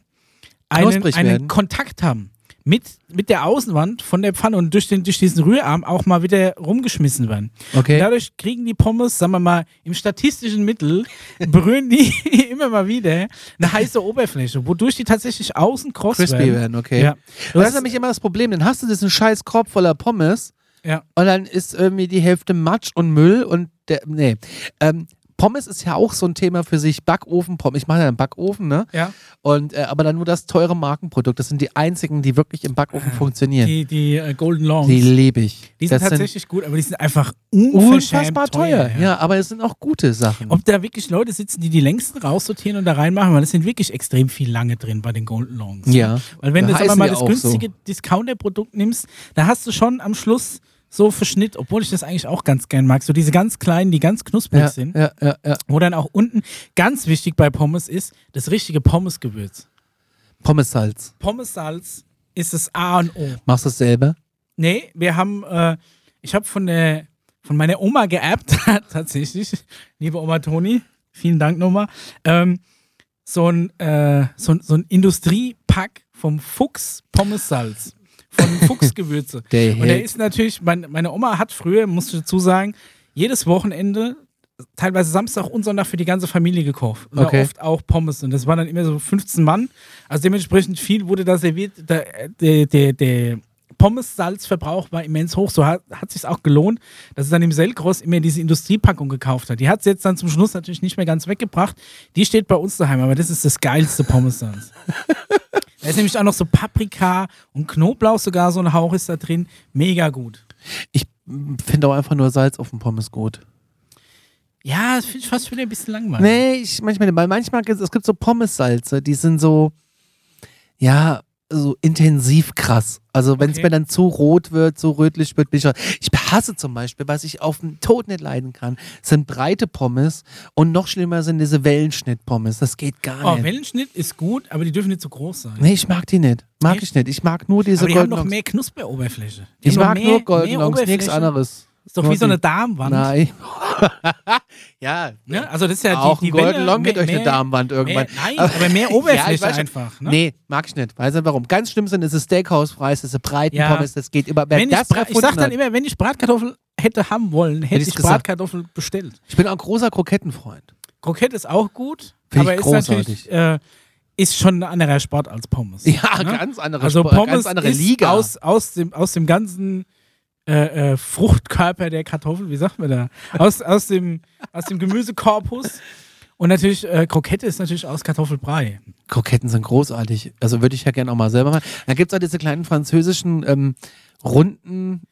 einen, Knusprig werden. einen Kontakt haben. Mit, mit der Außenwand von der Pfanne und durch, den, durch diesen Rührarm auch mal wieder rumgeschmissen werden. okay. Dadurch kriegen die Pommes, sagen wir mal, im statistischen Mittel [LAUGHS] berühren die [LAUGHS] immer mal wieder eine heiße Oberfläche, wodurch die tatsächlich außen kross Crispy werden. werden, okay. Ja. Aber das ist nämlich immer das Problem. Dann hast du diesen scheiß Korb voller Pommes Ja. und dann ist irgendwie die Hälfte Matsch und Müll und der, nee. Ähm, Pommes ist ja auch so ein Thema für sich. Backofen, Pommes. Ich mache ja einen Backofen, ne? ja. Und, äh, aber dann nur das teure Markenprodukt. Das sind die einzigen, die wirklich im Backofen funktionieren. Äh, Die, die äh, Golden Longs. Die Die, liebe ich. sind das sind tatsächlich gut, aber die sind einfach unverschämt unfassbar teuer. Ja. aber es sind auch gute Sachen. Mhm. Ob da wirklich Leute sitzen, die die längsten raussortieren und da reinmachen, weil es sind wirklich extrem viel lange drin bei den Golden Longs. Ja. Weil wenn du Da jetzt aber heißen mal die das auch so. günstige Discounter-Produkt nimmst, da hast du schon am Schluss so Verschnitt, obwohl ich das eigentlich auch ganz gern mag. So diese ganz kleinen, die ganz knusprig ja, sind, ja, ja, ja. wo dann auch unten ganz wichtig bei Pommes ist, das richtige Pommesgewürz. Pommes-Salz. Pommessalz ist das A und O. Machst du es selber? Nee, wir haben, äh, ich habe von der von meiner Oma geerbt, [LAUGHS] tatsächlich. Liebe Oma Toni, vielen Dank nochmal. Ähm, so ein, äh, so, ein- so ein Industriepack vom Fuchs Pommessalz. Von Fuchsgewürze. Der Und der hält. ist natürlich, mein, meine Oma hat früher, musst du dazu sagen, jedes Wochenende, teilweise Samstag und Sonntag für die ganze Familie gekauft. Und Okay. oft auch Pommes. Und das waren dann immer so 15 Mann. Also dementsprechend viel wurde da serviert. Der, der, der, der Pommes-Salzverbrauch war immens hoch. So hat, hat sich auch gelohnt, dass es dann im Selkross immer diese Industriepackung gekauft hat. Die hat es jetzt dann zum Schluss natürlich nicht mehr ganz weggebracht. Die steht bei uns daheim, aber das ist das geilste [LAUGHS] Pommes-Salz. Da ist nämlich auch noch so Paprika und Knoblauch sogar, so ein Hauch ist da drin. Mega gut. Ich hm, finde auch einfach nur Salz auf dem Pommes gut. Ja, das finde ich fast schon wieder ein bisschen langweilig. Nee, ich manchmal, weil manchmal gibt es gibt so Pommessalze, die sind so, ja, so intensiv krass. Also wenn es Okay. mir dann zu rot wird, zu rötlich wird, bin ich schon. Ich hasse zum Beispiel, was ich auf den Tod nicht leiden kann, sind breite Pommes und noch schlimmer sind diese Wellenschnitt-Pommes. Das geht gar Oh, nicht. Wellenschnitt ist gut, aber die dürfen nicht zu groß sein. Ah, nee, ich mag die nicht. Mag Echt? ich nicht. Ich mag nur diese aber die haben Golden noch Longs. mehr Knusperoberfläche. Die Ich haben noch mag mehr- nur Golden mehr Longs, nichts Oberfläche. anderes. Ist doch wie Nur so eine die- Darmwand. Nein. [LAUGHS] ja, Ne? Also das ist ja auch die, ein die Golden Welle, Long geht mehr- euch eine mehr- Darmwand irgendwann. Mehr, nein, [LAUGHS] aber mehr Oberfläche ich weiß schon. einfach. Ne? Nee, mag ich nicht. Weiß nicht warum. Ganz schlimm sind es Steakhouse-Preis, diese breiten Ja. Pommes, das geht immer. Wer Wenn ich, das Bra- ich erfunden sag dann hat- immer, wenn ich Bratkartoffel hätte haben wollen, hätte ich's ich gesagt. Bratkartoffel bestellt. ich bin auch ein großer Krokettenfreund. Kroket ist auch gut, Find aber ich ist großartig. natürlich äh, ist schon ein anderer Sport als Pommes. Ja, Ne? ganz andere Also Sport- Pommes ganz andere ist Liga. Aus, aus, dem, aus dem ganzen äh, äh, Fruchtkörper der Kartoffel, wie sagt man da? Aus, aus, dem, aus dem Gemüsekorpus. Und natürlich, äh, Krokette ist natürlich aus Kartoffelbrei. Kroketten sind großartig. Also würde ich ja gerne auch mal selber machen. Dann gibt es auch diese kleinen französischen ähm, runden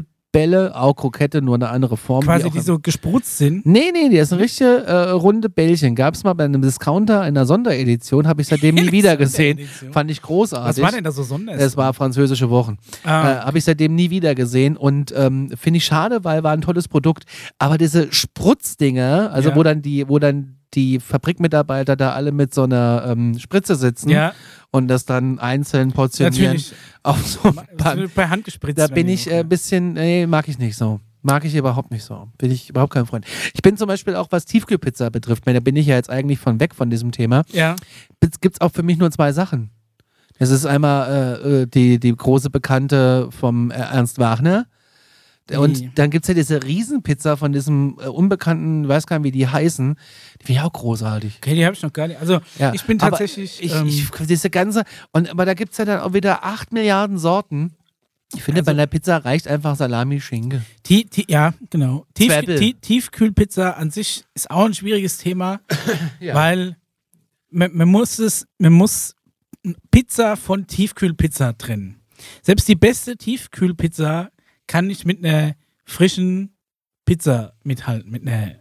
Kartoffelbälle, auch Krokette, nur eine andere Form. Quasi, auch die so gesprutzt sind. Nee, nee, die ist eine richtige äh, runde Bällchen. Gab es mal bei einem Discounter in der Sonderedition, habe ich seitdem nie wieder gesehen. Sonderedition. Fand ich Was großartig. war denn da so Sonder? Es war französische Wochen. Ah. Äh, Habe ich seitdem nie wieder gesehen und ähm, finde ich schade, weil war ein tolles Produkt. Aber diese Sprutzdinger, also Ja. wo dann die, wo dann die Fabrikmitarbeiter da alle mit so einer ähm, Spritze sitzen Ja, und das dann einzeln portionieren natürlich. auf so ein Das Band. wird per Hand gespritzt. Da werden bin die ich Gurken. ein äh, bisschen, nee, mag ich nicht so. Mag ich überhaupt nicht so. Bin ich überhaupt kein Freund. Ich bin zum Beispiel auch, was Tiefkühlpizza betrifft, da bin ich ja jetzt eigentlich von weg von diesem Thema ja. gibt es auch für mich nur zwei Sachen. Das ist einmal äh, äh, die, die große Bekannte vom äh, Ernst Wagner. Und Die- dann gibt es ja diese Riesenpizza von diesem äh, unbekannten, weiß gar nicht, wie die heißen. Die finde ich auch großartig. Okay, die habe ich noch gar nicht. Also, Ja, ich bin aber tatsächlich. Ich, ähm, ich, diese ganze, und, aber da gibt es ja dann auch wieder acht Milliarden Sorten. Ich finde, Also- bei einer Pizza reicht einfach Salami, Schinken. Tie- tie- ja, genau. Tief, Zwiebel. tie, Tiefkühlpizza an sich ist auch ein schwieriges Thema, [COUGHS] Ja. weil man, man muss es, man muss Pizza von Tiefkühlpizza trennen. Selbst die beste Tiefkühlpizza kann nicht mit einer frischen Pizza mithalten, mit einer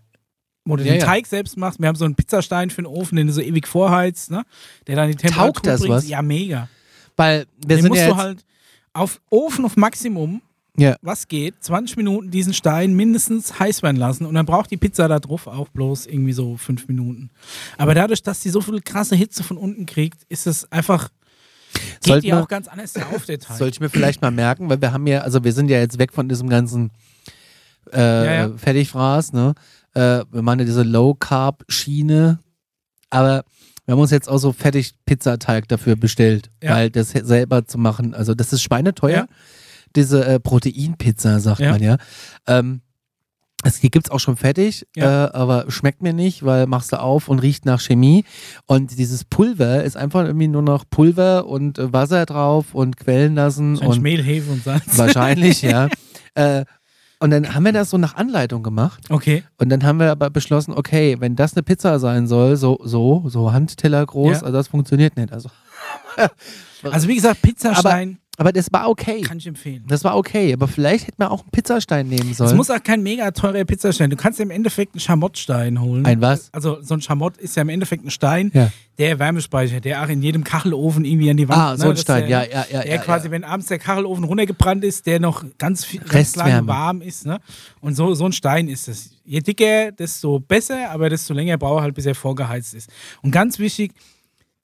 wo du Ja, den ja. Teig selbst machst. Wir haben so einen Pizzastein für den Ofen, den du so ewig vorheizt, ne? Der dann die Temperatur Taugt das bringt. was? Ja, mega. Weil wir Den sind musst ja du jetzt, halt auf Ofen auf Maximum ja. was geht, 20 Minuten diesen Stein mindestens heiß werden lassen und dann braucht die Pizza da drauf auch bloß irgendwie so fünf Minuten. Aber dadurch, dass sie so viel krasse Hitze von unten kriegt, ist es einfach, geht Sollten die wir- auch ganz anders auf der Teig. Sollte ich mir vielleicht mal merken, weil wir haben ja, also wir sind ja jetzt weg von diesem ganzen äh, Ja, ja. Fertigfraß, ne? Äh, wir machen ja diese Low-Carb-Schiene, aber wir haben uns jetzt auch so Fertig-Pizzateig dafür bestellt, Ja. weil das he- selber zu machen, also das ist schweineteuer, Ja. diese äh, Proteinpizza, sagt Ja. man ja. Ähm, es die gibt's auch schon fertig, Ja. äh, aber schmeckt mir nicht, weil machst du auf und riecht nach Chemie. Und dieses Pulver ist einfach irgendwie nur noch Pulver und äh, Wasser drauf und quellen lassen Wahrscheinlich und Mehl, Hefe und Salz. [LAUGHS] wahrscheinlich, ja. Äh, und dann haben wir das so nach Anleitung gemacht. [LAUGHS] Okay. Und dann haben wir aber beschlossen, okay, wenn das eine Pizza sein soll, so, so, so Handteller groß, Ja. also das funktioniert nicht. Also, Also wie gesagt, Pizzastein aber das war okay. kann ich empfehlen. Das war okay, aber vielleicht hätten wir auch einen Pizzastein nehmen Es sollen. muss auch kein mega teurer Pizzastein. Du kannst im Endeffekt einen Schamottstein holen. Ein was? Also so ein Schamott ist ja im Endeffekt ein Stein, Ja. der Wärmespeicher, der auch in jedem Kachelofen irgendwie an die Wand. Ah, so ne, ein dass Stein, der- ja, ja, ja. Der ja, quasi, ja. wenn abends der Kachelofen runtergebrannt ist, der noch ganz viel ganz Restwärme. lange warm ist. Ne? Und so, so ein Stein ist es. Je dicker, desto besser, aber desto länger braucht er halt, bis er vorgeheizt ist. Und ganz wichtig,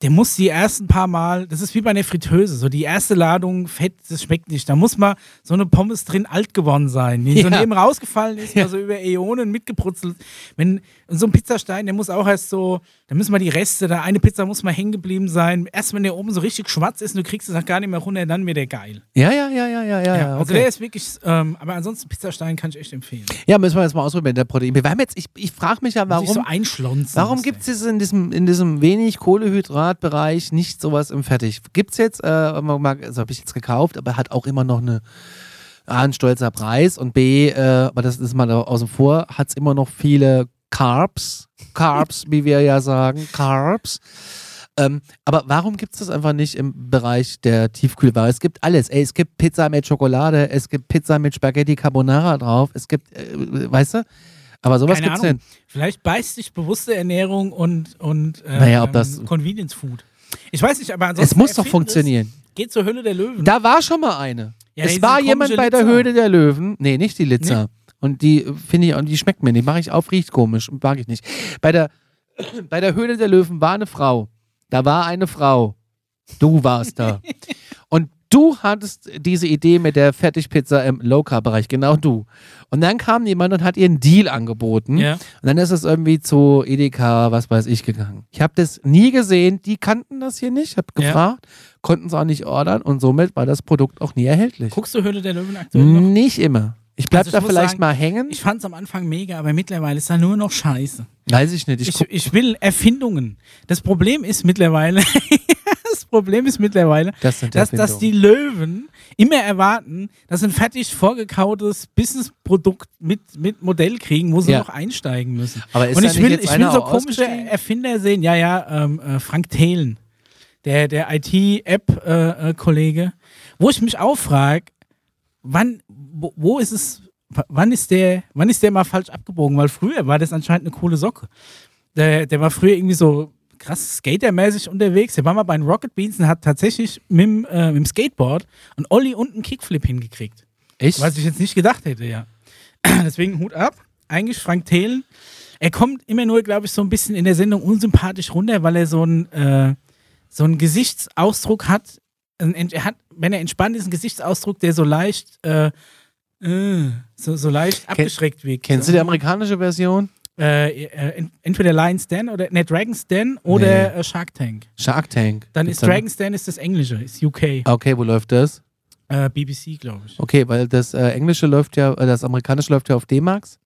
der muss die ersten paar Mal, das ist wie bei einer Fritteuse, so die erste Ladung Fett, das schmeckt nicht. Da muss mal so eine Pommes drin alt geworden sein, die so Ja. neben rausgefallen ist, mal so über Äonen mitgebrutzelt. Wenn und so ein Pizzastein, der muss auch erst so, da müssen mal die Reste, da eine Pizza muss mal hängen geblieben sein. Erst wenn der oben so richtig schwarz ist und du kriegst es auch gar nicht mehr runter, dann wird der geil. Ja, ja, ja, ja, Ah ja, ja. Ja, ja, Also okay. der ist wirklich, ähm, aber ansonsten Pizzastein kann ich echt empfehlen. ja, müssen wir jetzt mal ausprobieren, der Protein. Wir haben jetzt, ich, ich frage mich ja, Muss ich so warum, einschlonzen. warum gibt es in diesem, in diesem wenig Kohlehydratbereich nicht sowas im Fertig? Gibt es jetzt, äh, mal- also habe ich jetzt gekauft, aber hat auch immer noch eine A, ein stolzer Preis und B, äh, aber das ist mal außen vor, hat es immer noch viele Carbs, [LAUGHS] Carbs, wie wir ja sagen, Carbs. Ähm, aber warum gibt es das einfach nicht im Bereich der Tiefkühlware? Es gibt alles. Ey, es gibt Pizza mit Schokolade, es gibt Pizza mit Spaghetti Carbonara drauf, es gibt, äh, weißt du? Aber sowas Keine gibt's Ahnung. denn. Vielleicht beißt dich bewusste Ernährung und, und äh, Naja, ob das- Convenience Food. Ich weiß nicht, aber ansonsten. Es muss doch erfinden funktionieren. es, Geht zur Höhle der Löwen. Da war schon mal eine. Ja, es diese war jemand komische bei der Litzer. Höhle der Löwen. Nee, nicht die Litzer. Und die äh, finde ich, und die schmeckt mir nicht. Mache ich auf, riecht komisch. Mag ich nicht. Bei der, [CLEARS THROAT] bei der Höhle der Löwen war eine Frau. Da war eine Frau. Du [LAUGHS] warst da. und du hattest diese Idee mit der Fertigpizza im Low-Carb-Bereich. Genau du. Und dann kam jemand und hat ihr einen Deal angeboten. Ja. Und dann ist es irgendwie zu Edeka, was weiß ich, gegangen. Ich habe das nie gesehen. Die kannten das hier nicht. Ich habe Ja. gefragt, konnten es auch nicht ordern und somit war das Produkt auch nie erhältlich. Guckst du Höhle der Löwen aktuell noch? Nicht immer. Ich bleib Also ich da muss vielleicht sagen, mal hängen. Ich fand's am Anfang mega, aber mittlerweile ist da nur noch Scheiße. weiß ich nicht. Ich, Ich, guck, ich will Erfindungen. Das Problem ist mittlerweile, [LAUGHS] das Problem ist mittlerweile, Das sind dass, dass die Erfindungen. Löwen immer erwarten, dass sie ein fertig vorgekautes Businessprodukt mit, mit Modell kriegen, wo sie Ja. noch einsteigen müssen. Aber ist Und da ich nicht will, jetzt ich will einer so auch komische ausgestiegen? Erfinder sehen. Ja, ja, ähm, äh, Frank Thelen, der, der IT-App-Kollege, wo ich mich auch frage, wann, wo, wo ist es, w- wann ist der, wann ist der mal falsch abgebogen? Weil früher war das anscheinend eine coole Socke. Der, der war früher irgendwie so krass skatermäßig unterwegs. Der war mal bei den Rocket Beans und hat tatsächlich mit, dem, äh, mit dem Skateboard und Olli und einen Kickflip hingekriegt. Echt? Was ich jetzt nicht gedacht hätte, ja. [CLEARS THROAT] Deswegen Hut ab. Eigentlich Frank Thelen. Er kommt immer nur, glaube ich, so ein bisschen in der Sendung unsympathisch runter, weil er so einen, äh, so einen Gesichtsausdruck hat. Ein ent- Er hat, wenn er entspannt ist, einen Gesichtsausdruck, der so leicht, äh, äh, so, so leicht abgeschreckt wirkt. Kennst du die amerikanische Version? Äh, äh, ent- entweder Lion's Den oder, ne, Dragon's Den oder äh, Shark Tank. Shark Tank. Dann Gibt's ist Dragon's Den ist das Englische, ist UK. Okay, wo läuft das? Äh, BBC, glaube ich. Okay, weil das äh, Englische läuft ja, äh, das Amerikanische läuft ja auf D-Max.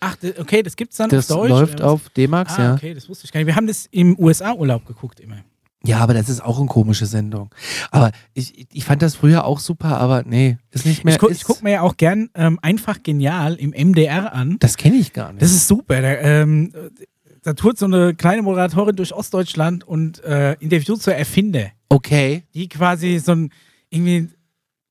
Ach, d- okay, das gibt's dann Das auf Deutsch. läuft oder was? auf D-Max, Ah, ja. okay, das wusste ich gar nicht. Wir haben das im USA-Urlaub geguckt immer. Ja, aber das ist auch eine komische Sendung. Aber ich, ich fand das früher auch super, aber nee, ist nicht mehr. Ich, gu ist, ich gucke mir ja auch gern ähm, einfach genial im MDR an. das kenne ich gar nicht. Das ist super. Da, ähm, da tourt so eine kleine Moderatorin durch Ostdeutschland und äh, interviewt so Erfinder, okay. die quasi so ein irgendwie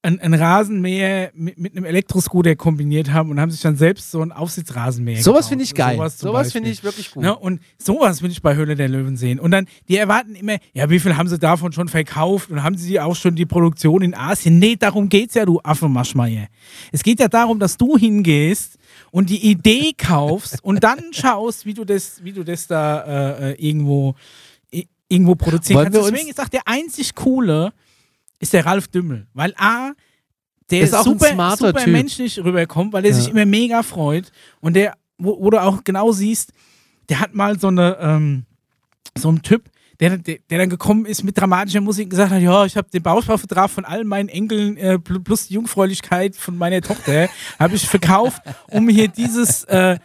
ein, ein Rasenmäher mit, mit einem Elektroscooter kombiniert haben und haben sich dann selbst so ein Aufsitzrasenmäher Sowas gebaut. finde ich geil. Sowas, genau. zum finde Beispiel. ich wirklich gut. Ne, und sowas will ich bei Höhle der Löwen sehen. Und dann, die erwarten immer, ja, wie viel haben sie davon schon verkauft und haben sie auch schon die Produktion in Asien? Nee, darum geht's ja, du Affe Maschmeier. Es geht ja darum, dass du hingehst und die [LAUGHS] Idee kaufst und dann schaust, wie du das, wie du das da äh, äh, irgendwo, i- irgendwo produzieren Wollen wir kannst. Deswegen uns- ist auch der einzig coole ist der Ralf Dümmel. Weil A, der Ist auch ein super, smarter super Typ. menschlich rüberkommt, weil der Ja. sich immer mega freut. Und der, wo, wo du auch genau siehst, der hat mal so eine, ähm, so einen Typ, der, der, der dann gekommen ist mit dramatischer Musik und gesagt hat, ja, ich habe den Bausparvertrag von all meinen Enkeln äh, pl- plus die Jungfräulichkeit von meiner Tochter [LAUGHS] habe ich verkauft, um hier dieses, äh,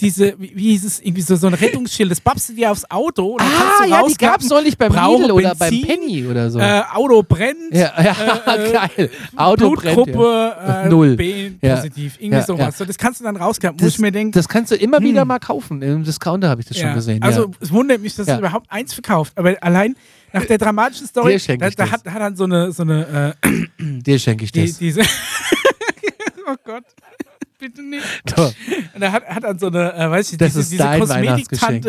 diese, wie, wie hieß es, irgendwie so, so ein Rettungsschild, das babst du dir aufs Auto und dann kannst du ah, ja, die rausklappen, gab's neulich beim brauche Lidl oder beim Benzin, Penny oder so. äh, Auto brennt, ja, [LAUGHS] ja äh, geil. Auto brennt. ja. Blutgruppe äh, Null. B Ja. positiv, irgendwie Ja, sowas. ja. So, das kannst du dann rausklappen, wo ich mir denke, das kannst du immer wieder mal kaufen. Im Discounter habe ich das schon ja. gesehen. Also ja. es wundert mich, dass Ja. es überhaupt eins verkauft, aber allein nach der dramatischen Story, Dir schenke da, ich da das. hat, hat dann so eine, so eine äh, dir schenke ich die, das. diese [LAUGHS] Oh Gott. Bitte nicht. [LAUGHS] Doch. Und da hat, hat dann so eine, äh, weiß ich, Das diese, ist diese dein Kosmetiktante,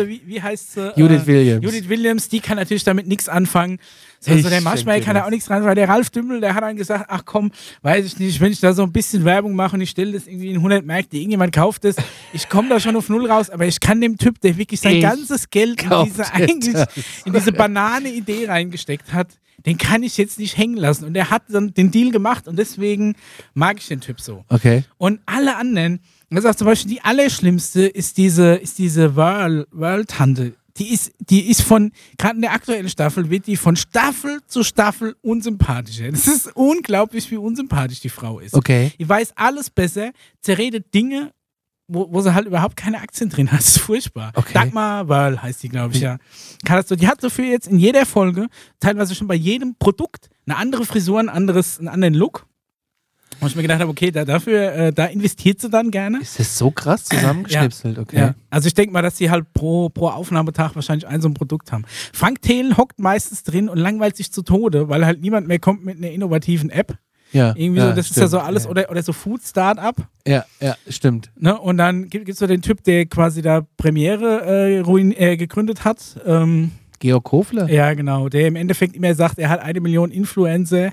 Weihnachtsgeschenk. wie, wie heißt sie? Ähm, Judith Williams. Judith Williams, die kann natürlich damit nichts anfangen. So, Ich so der Marshmallow schenke kann dir da auch nichts dran, weil der Ralf Dümmel, der hat dann gesagt, ach komm, weiß ich nicht, wenn ich da so ein bisschen Werbung mache und ich stelle das irgendwie in 100 Märkte, irgendjemand kauft das, ich komme da schon auf Null raus, aber ich kann dem Typ, der wirklich sein Ich ganzes Geld in kauf diese, dir eigentlich, das. in diese banane Idee reingesteckt hat, den kann ich jetzt nicht hängen lassen. Und er hat dann den Deal gemacht und deswegen mag ich den Typ so. Okay. Und alle anderen, das ist auch zum Beispiel die allerschlimmste, ist diese, ist diese World, World Handel. Die ist, die ist von, gerade in der aktuellen Staffel, wird die von Staffel zu Staffel unsympathischer. Es ist unglaublich, wie unsympathisch die Frau ist. Okay. Die weiß alles besser, zerredet Dinge, wo, wo sie halt überhaupt keine Aktien drin hat. [LAUGHS] Das ist furchtbar. Okay. Dagmar Wörl heißt die, glaube ich, ja. Katastrophe. Die hat dafür jetzt in jeder Folge, teilweise schon bei jedem Produkt, eine andere Frisur, ein anderes, einen anderen Look. Wo ich mir gedacht habe, okay, da, dafür, äh, da investiert sie dann gerne. Ist das so krass zusammengeschnipselt? Okay. Ja. Also ich denke mal, dass sie halt pro, pro Aufnahmetag wahrscheinlich ein so ein Produkt haben. Frank Thelen hockt meistens drin und langweilt sich zu Tode, weil halt niemand mehr kommt mit einer innovativen App. Ja, Irgendwie ja, so, das ist ja stimmt. so alles, Ja. Oder, oder so Food-Start-up. Ja, ja, stimmt. Ne? Und dann gibt es so den Typ, der quasi da Premiere äh, ruin, äh, gegründet hat. Ähm, Georg Kofler? ja, genau. Der im Endeffekt immer sagt, er hat eine Million Influencer.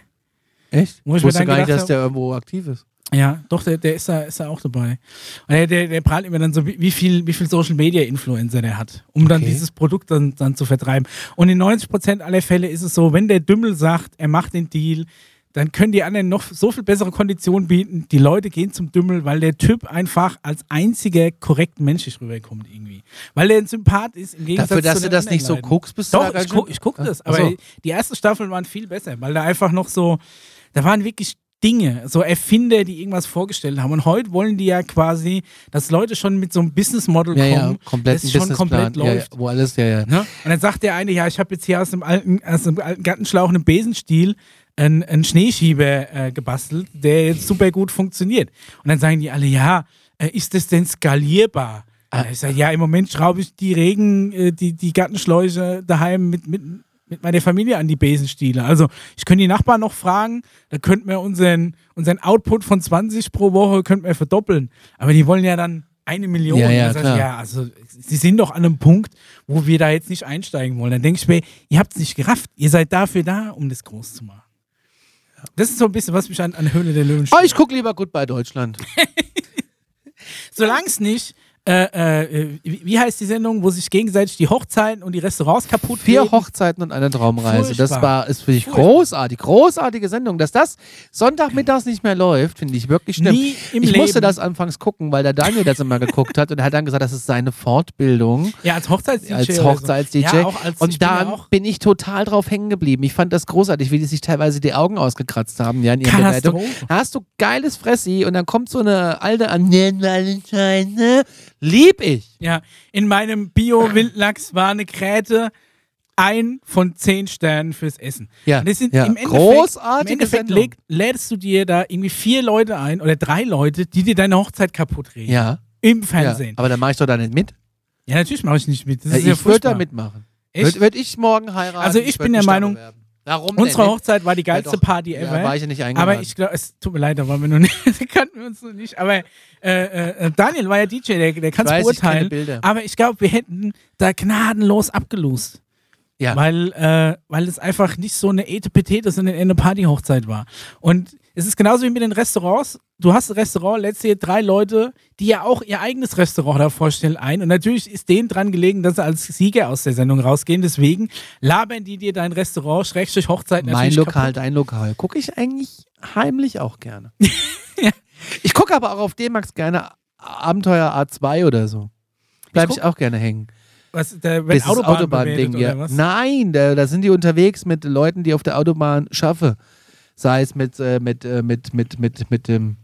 Echt? Wo ich Ich mir wusste dann gar nicht, gedacht dass der irgendwo aktiv ist. Ja, doch, der, der ist, da, ist da auch dabei. Und der, der, der prahlt immer dann so, wie wie viel, wie viel Social Media Influencer der hat, um dann Okay. dieses Produkt dann, dann zu vertreiben. Und in 90% aller Fälle ist es so, wenn der Dümmel sagt, er macht den Deal, dann können die anderen noch so viel bessere Konditionen bieten. Die Leute gehen zum Dümmel, weil der Typ einfach als einziger korrekt menschlich rüberkommt irgendwie. Weil er ein Sympath ist im Gegensatz Dafür, dass zu du den das nicht so anderen Leuten. guckst, bist du Doch, da ganz ich, gu schön- ich guck Ah, das. ach Aber so. die ersten Staffeln waren viel besser, weil da einfach noch so, da waren wirklich Dinge, so Erfinder, die irgendwas vorgestellt haben. Und heute wollen die ja quasi, dass Leute schon mit so einem Business-Model Ja, ja, kommen, komplett das ein schon komplett Businessplan. Ja, ja, läuft. wo alles, ja, ja. Ne? Und dann sagt der eine, ja, ich habe jetzt hier aus dem alten, aus dem alten Gartenschlauch einen Besenstiel einen, einen Schneeschieber äh, gebastelt, der jetzt super gut funktioniert. Und dann sagen die alle, ja, äh, ist das denn skalierbar? Und Ich sage, ja, im Moment schraube ich die Regen, äh, die, die Gartenschläuche daheim mit, mit, mit meiner Familie an die Besenstiele. Also ich könnte die Nachbarn noch fragen, da könnten wir unseren, unseren Output von 20 pro Woche könnten wir verdoppeln. Aber die wollen ja dann eine Million. Ja, ja, Und dann sag ich, klar. ja, also sie sind doch an einem Punkt, wo wir da jetzt nicht einsteigen wollen. Dann denke ich mir, ihr habt es nicht gerafft. Ihr seid dafür da, um das groß zu machen. Das ist so ein bisschen, was mich an, an Höhle der Löwen Oh, stört. ich gucke lieber gut bei [LAUGHS] Deutschland. Solange es nicht, äh, äh, äh, wie wie heißt die Sendung, wo sich gegenseitig die Hochzeiten und die Restaurants kaputt Vier reden? Hochzeiten und eine Traumreise. Das Furchtbar. war, ist für dich Furchtbar. großartig. Großartige Sendung. Dass das Sonntagmittags nicht mehr läuft, finde ich wirklich schlimm. Nie im ich musste Leben. das anfangs gucken, weil der Daniel das immer geguckt hat und er hat dann gesagt, das ist seine Fortbildung. Ja, als Hochzeits-DJ. oder als so. Hochzeits-DJ. Ja, auch als, ich bin und ja da bin, auch ich total drauf hängen geblieben. Ich fand das großartig, wie die sich teilweise die Augen ausgekratzt haben, ja, in ihren Katastrophe. Bewertungen. Da hast du geiles Fressi und dann kommt so eine alte an, "Nen Valentine, ne? lieb ich. Ja, in meinem Bio-Wildlachs war eine Kräte. ein von zehn Sternen fürs Essen. Ja, Und das sind ja. im Endeffekt, Großartige im Endeffekt Sendung. leg- lädst du dir da irgendwie vier Leute ein oder drei Leute, die dir deine Hochzeit kaputt reden. Ja, Im ja. Fernsehen. Ja, aber dann mache ich doch da nicht mit. natürlich mache ich nicht mit. Das Ja, ist ja ich würde da furchtbar. mitmachen. Echt? Würde würd ich morgen heiraten? Also ich würd bin der mich da Meinung, bewerben. Warum Unsere denn? Hochzeit war die geilste Ja, doch. Party ever. Ja, war ich ja nicht eingeladen. aber ich glaube, es tut mir leid, da waren wir noch nicht, [LAUGHS] kannten wir uns noch nicht. Aber äh, äh, Daniel war ja DJ, der, der kann es weiß, ich kenne beurteilen. Bilder. Aber ich glaube, wir hätten da gnadenlos abgelost. Ja. Weil, äh, weil es einfach nicht so eine Etepetete, sondern eher eine Partyhochzeit war. Und es ist genauso wie mit den Restaurants. Du hast ein Restaurant, lädst dir drei Leute, die ja auch ihr eigenes Restaurant da vorstellen, ein. Und natürlich ist denen dran gelegen, dass sie als Sieger aus der Sendung rausgehen. Deswegen labern die dir dein Restaurant, Schrägstrich Hochzeit mein natürlich Lokal, kaputt. dein Lokal. Gucke ich eigentlich heimlich auch [LAUGHS] gerne. Ich gucke aber auch auf D-Max gerne Abenteuer A2 oder so. Bleib Ich ich, auch gerne hängen. Was, da wird Das ist Autobahn Autobahn-Ding, bewertet ja. oder was? Nein, da, da sind die unterwegs mit Leuten, die auf der Autobahn schaffen. Sei es mit, äh, mit, äh, mit, mit, mit, mit dem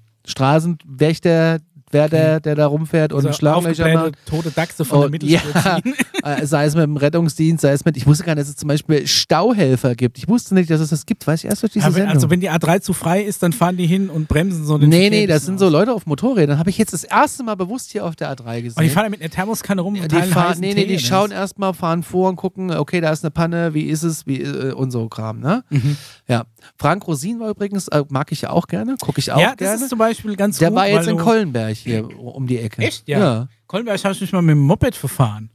Straßenwächter, Wärter, der da rumfährt und Also Schlaglöcher aufgeblähte, macht. tote Dachse von der Und- Mittelspur Oh, ja, [LAUGHS] ziehen. äh, sei es mit dem Rettungsdienst, sei es mit. Ich wusste gar nicht, dass es zum Beispiel Stauhelfer gibt. Ich wusste nicht, dass es das gibt. Weiß ich erst durch diese Aber, Sendung. also wenn die A3 zu frei ist, dann fahren die hin und bremsen so den nee, Verkehr nee, ein das bisschen sind aus. so Leute auf Motorrädern. Habe ich jetzt das erste Mal bewusst hier auf der A3 gesehen. Und die fahren da mit einer Thermoskanne rum und die teilen fahren, heißen nee, nee, Tee, die oder was? schauen erstmal, fahren vor und gucken, okay, da ist eine Panne, wie ist es, wie äh, und so Kram, ne? Mhm. Ja. Frank Rosin war übrigens, äh, mag ich ja auch gerne, gucke ich auch Ja, das gerne. ist zum Beispiel ganz Der gut. war jetzt weil in du- Kollenberg hier um die Ecke. Echt? Ja. Kollenberg habe ich mich mal mit dem Moped [LAUGHS] verfahren.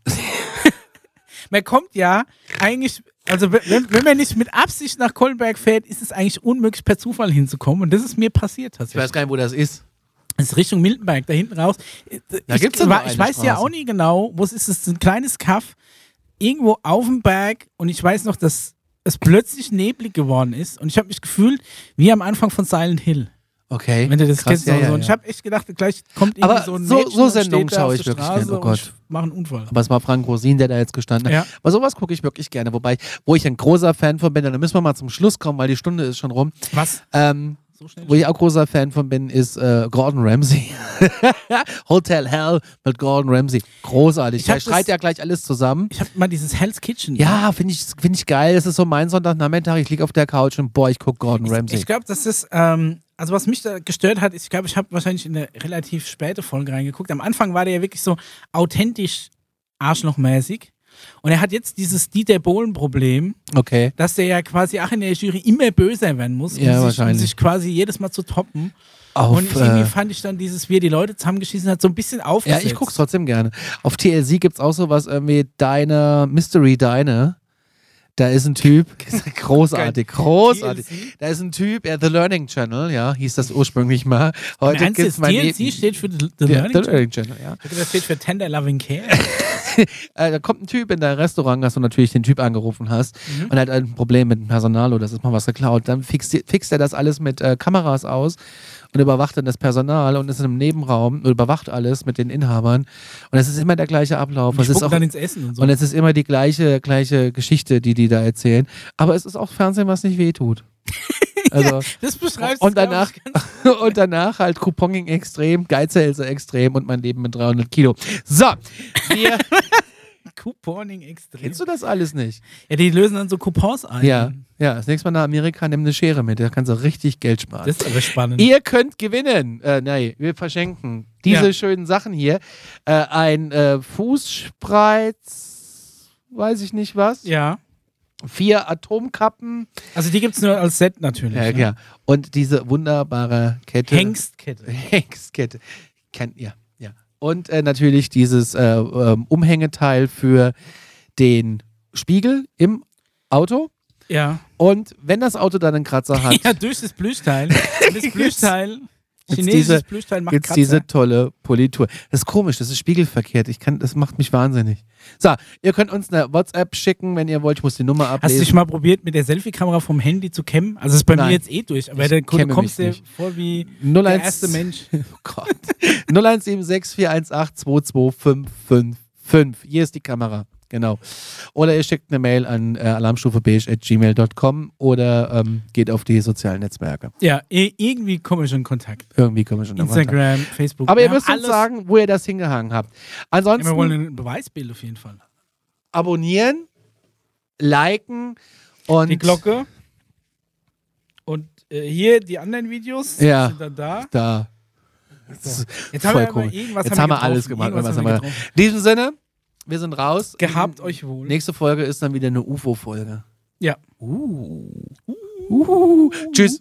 man kommt ja eigentlich, also wenn- wenn, wenn man nicht mit Absicht nach Kollenberg fährt, ist es eigentlich unmöglich per Zufall hinzukommen. Und das ist mir passiert Ich tatsächlich. weiß gar nicht, wo das ist. Das ist Richtung Miltenberg, da hinten raus. Da ich, gibt's ja ich, nur wa- eine ich weiß ja Straße. auch nie genau, wo es ist. Es ist ein kleines Kaff, irgendwo auf dem Berg. Und ich weiß noch, dass es plötzlich neblig geworden ist. Und ich habe mich gefühlt wie am Anfang von Silent Hill. Okay. Wenn du das Krass, kennst. ja, oder ja, so. Und ja. ich habe echt gedacht, gleich kommt irgendwie Aber so ein so- Mädchen so und steht Sendungen da schaue auf ich der wirklich Straße nicht. Oh und Gott. ich Mach einen Unfall. Aber es war Frank Rosin, der da jetzt gestanden hat. Ja. Aber sowas gucke ich wirklich gerne. Wobei, wo ich ein großer Fan von bin, und da müssen wir mal zum Schluss kommen, weil die Stunde ist schon rum. Was? Ähm, So schnell? wo ich auch großer Fan von bin, ist äh, Gordon Ramsay. [LAUGHS] Hotel Hell mit Gordon Ramsay. Großartig. Ich hab Der schreit das- ja gleich alles zusammen. Ich habe mal dieses Hell's Kitchen. Ja, finde ich, find ich geil. Das ist so mein Sonntagnachmittag. Ich liege auf der Couch und boah, ich gucke Gordon Ramsay. Ich glaube, das ist, ähm, also was mich da gestört hat, ist, ich glaube, ich habe wahrscheinlich in eine relativ späte Folge reingeguckt. Am Anfang war der ja wirklich so authentisch arschlochmäßig. Und er hat jetzt dieses Dieter Bohlen-Problem, okay. dass der ja quasi auch in der Jury immer böser werden muss, um, Ja, sich, um wahrscheinlich. sich quasi jedes Mal zu toppen. Auf, Und irgendwie äh, fand ich dann dieses, wie er die Leute zusammengeschissen hat, so ein bisschen ja, aufgesetzt. ich guck's trotzdem gerne. Auf TLC gibt's auch sowas irgendwie Deine Mystery Deine. Da ist [LAUGHS] ein Typ, großartig, großartig. TLC? Da ist ein Typ, äh, The Learning Channel, ja, hieß das ursprünglich mal. Im Heute Ernst, gibt's jetzt mein TLC steht für The, the ja, Learning The Channel? Learning Channel, ja. Ich dachte, Das steht für Tender Loving Care. äh, da kommt ein Typ in dein Restaurant, dass du natürlich den Typ angerufen hast Mhm. und er hat ein Problem mit dem Personal oder es ist mal was geklaut. Dann fixt, fixt er das alles mit äh, Kameras aus und überwacht dann das Personal und ist in einem Nebenraum und überwacht alles mit den Inhabern. Und es ist immer der gleiche Ablauf. Es Die ist spucken auch, dann ins Essen und so. und es ist immer die gleiche, gleiche Geschichte, die die da erzählen. Aber es ist auch Fernsehen, was [LAUGHS] nicht wehtut. Also, das beschreibst und glaub ich, danach, ganz [LAUGHS] und danach halt Couponing extrem, Geizhälse extrem und mein Leben mit 300 Kilo. So, [LAUGHS] wir, Couponing extrem. kennst du das alles nicht? Ja, die lösen dann so Coupons ein. Ja, ja. Das nächste Mal nach Amerika nimm eine Schere mit, da kannst du richtig Geld sparen. Das ist aber spannend. Ihr könnt gewinnen. Äh, nein, wir verschenken diese Ja. schönen Sachen hier. Äh, ein äh, Fußspreiz, weiß ich nicht was. ja. Vier Atomkappen. Also die gibt es nur als Set natürlich. Ja, ja. Und diese wunderbare Kette. Hengstkette. Hengstkette. Kennt ihr. Ja. Und äh, natürlich dieses äh, ähm, Umhängeteil für den Spiegel im Auto. Ja. Und wenn das Auto dann einen [LAUGHS] Kratzer hat, Ja, durch das [LAUGHS] Plüschteil. Und das Plüschteil, Jetzt chinesisches diese- Plüschteil macht gibt's Kratzer. diese tolle Politur. Das ist komisch, das ist spiegelverkehrt. Ich kann, das macht mich wahnsinnig. So, ihr könnt uns eine WhatsApp schicken, wenn ihr wollt. Ich muss die Nummer Hast du ablesen. dich mal probiert, mit der Selfie-Kamera vom Handy zu kämmen? Also das ist bei Nein. mir jetzt eh durch, aber Ich da, du kämme kommst mich dir nicht. vor wie 01 der erste [LAUGHS] Mensch. oh Gott. 017641822555. Hier ist die Kamera. Genau. Oder ihr schickt eine Mail an äh, alarmstufebeige.gmail.com oder ähm, geht auf die sozialen Netzwerke. Ja, i- irgendwie komme ich in Kontakt. Irgendwie kommen wir schon in Kontakt. Instagram, Facebook. Aber ihr Wir müsst haben uns alles. sagen, wo ihr das hingehangen habt. Ja, wir Ansonsten wollen ein Beweisbild auf jeden Fall. abonnieren, liken und Die Glocke. Und äh, hier die anderen Videos Ja. sind dann da. da. Jetzt Voll haben wir aber cool. irgendwas Jetzt haben wir getroffen. alles gemacht. Irgendwas Irgendwas haben wir haben getroffen. In diesem Sinne, wir sind raus. Gehabt euch wohl. Nächste Folge ist dann wieder eine UFO-Folge. Ja. Uh. Tschüss.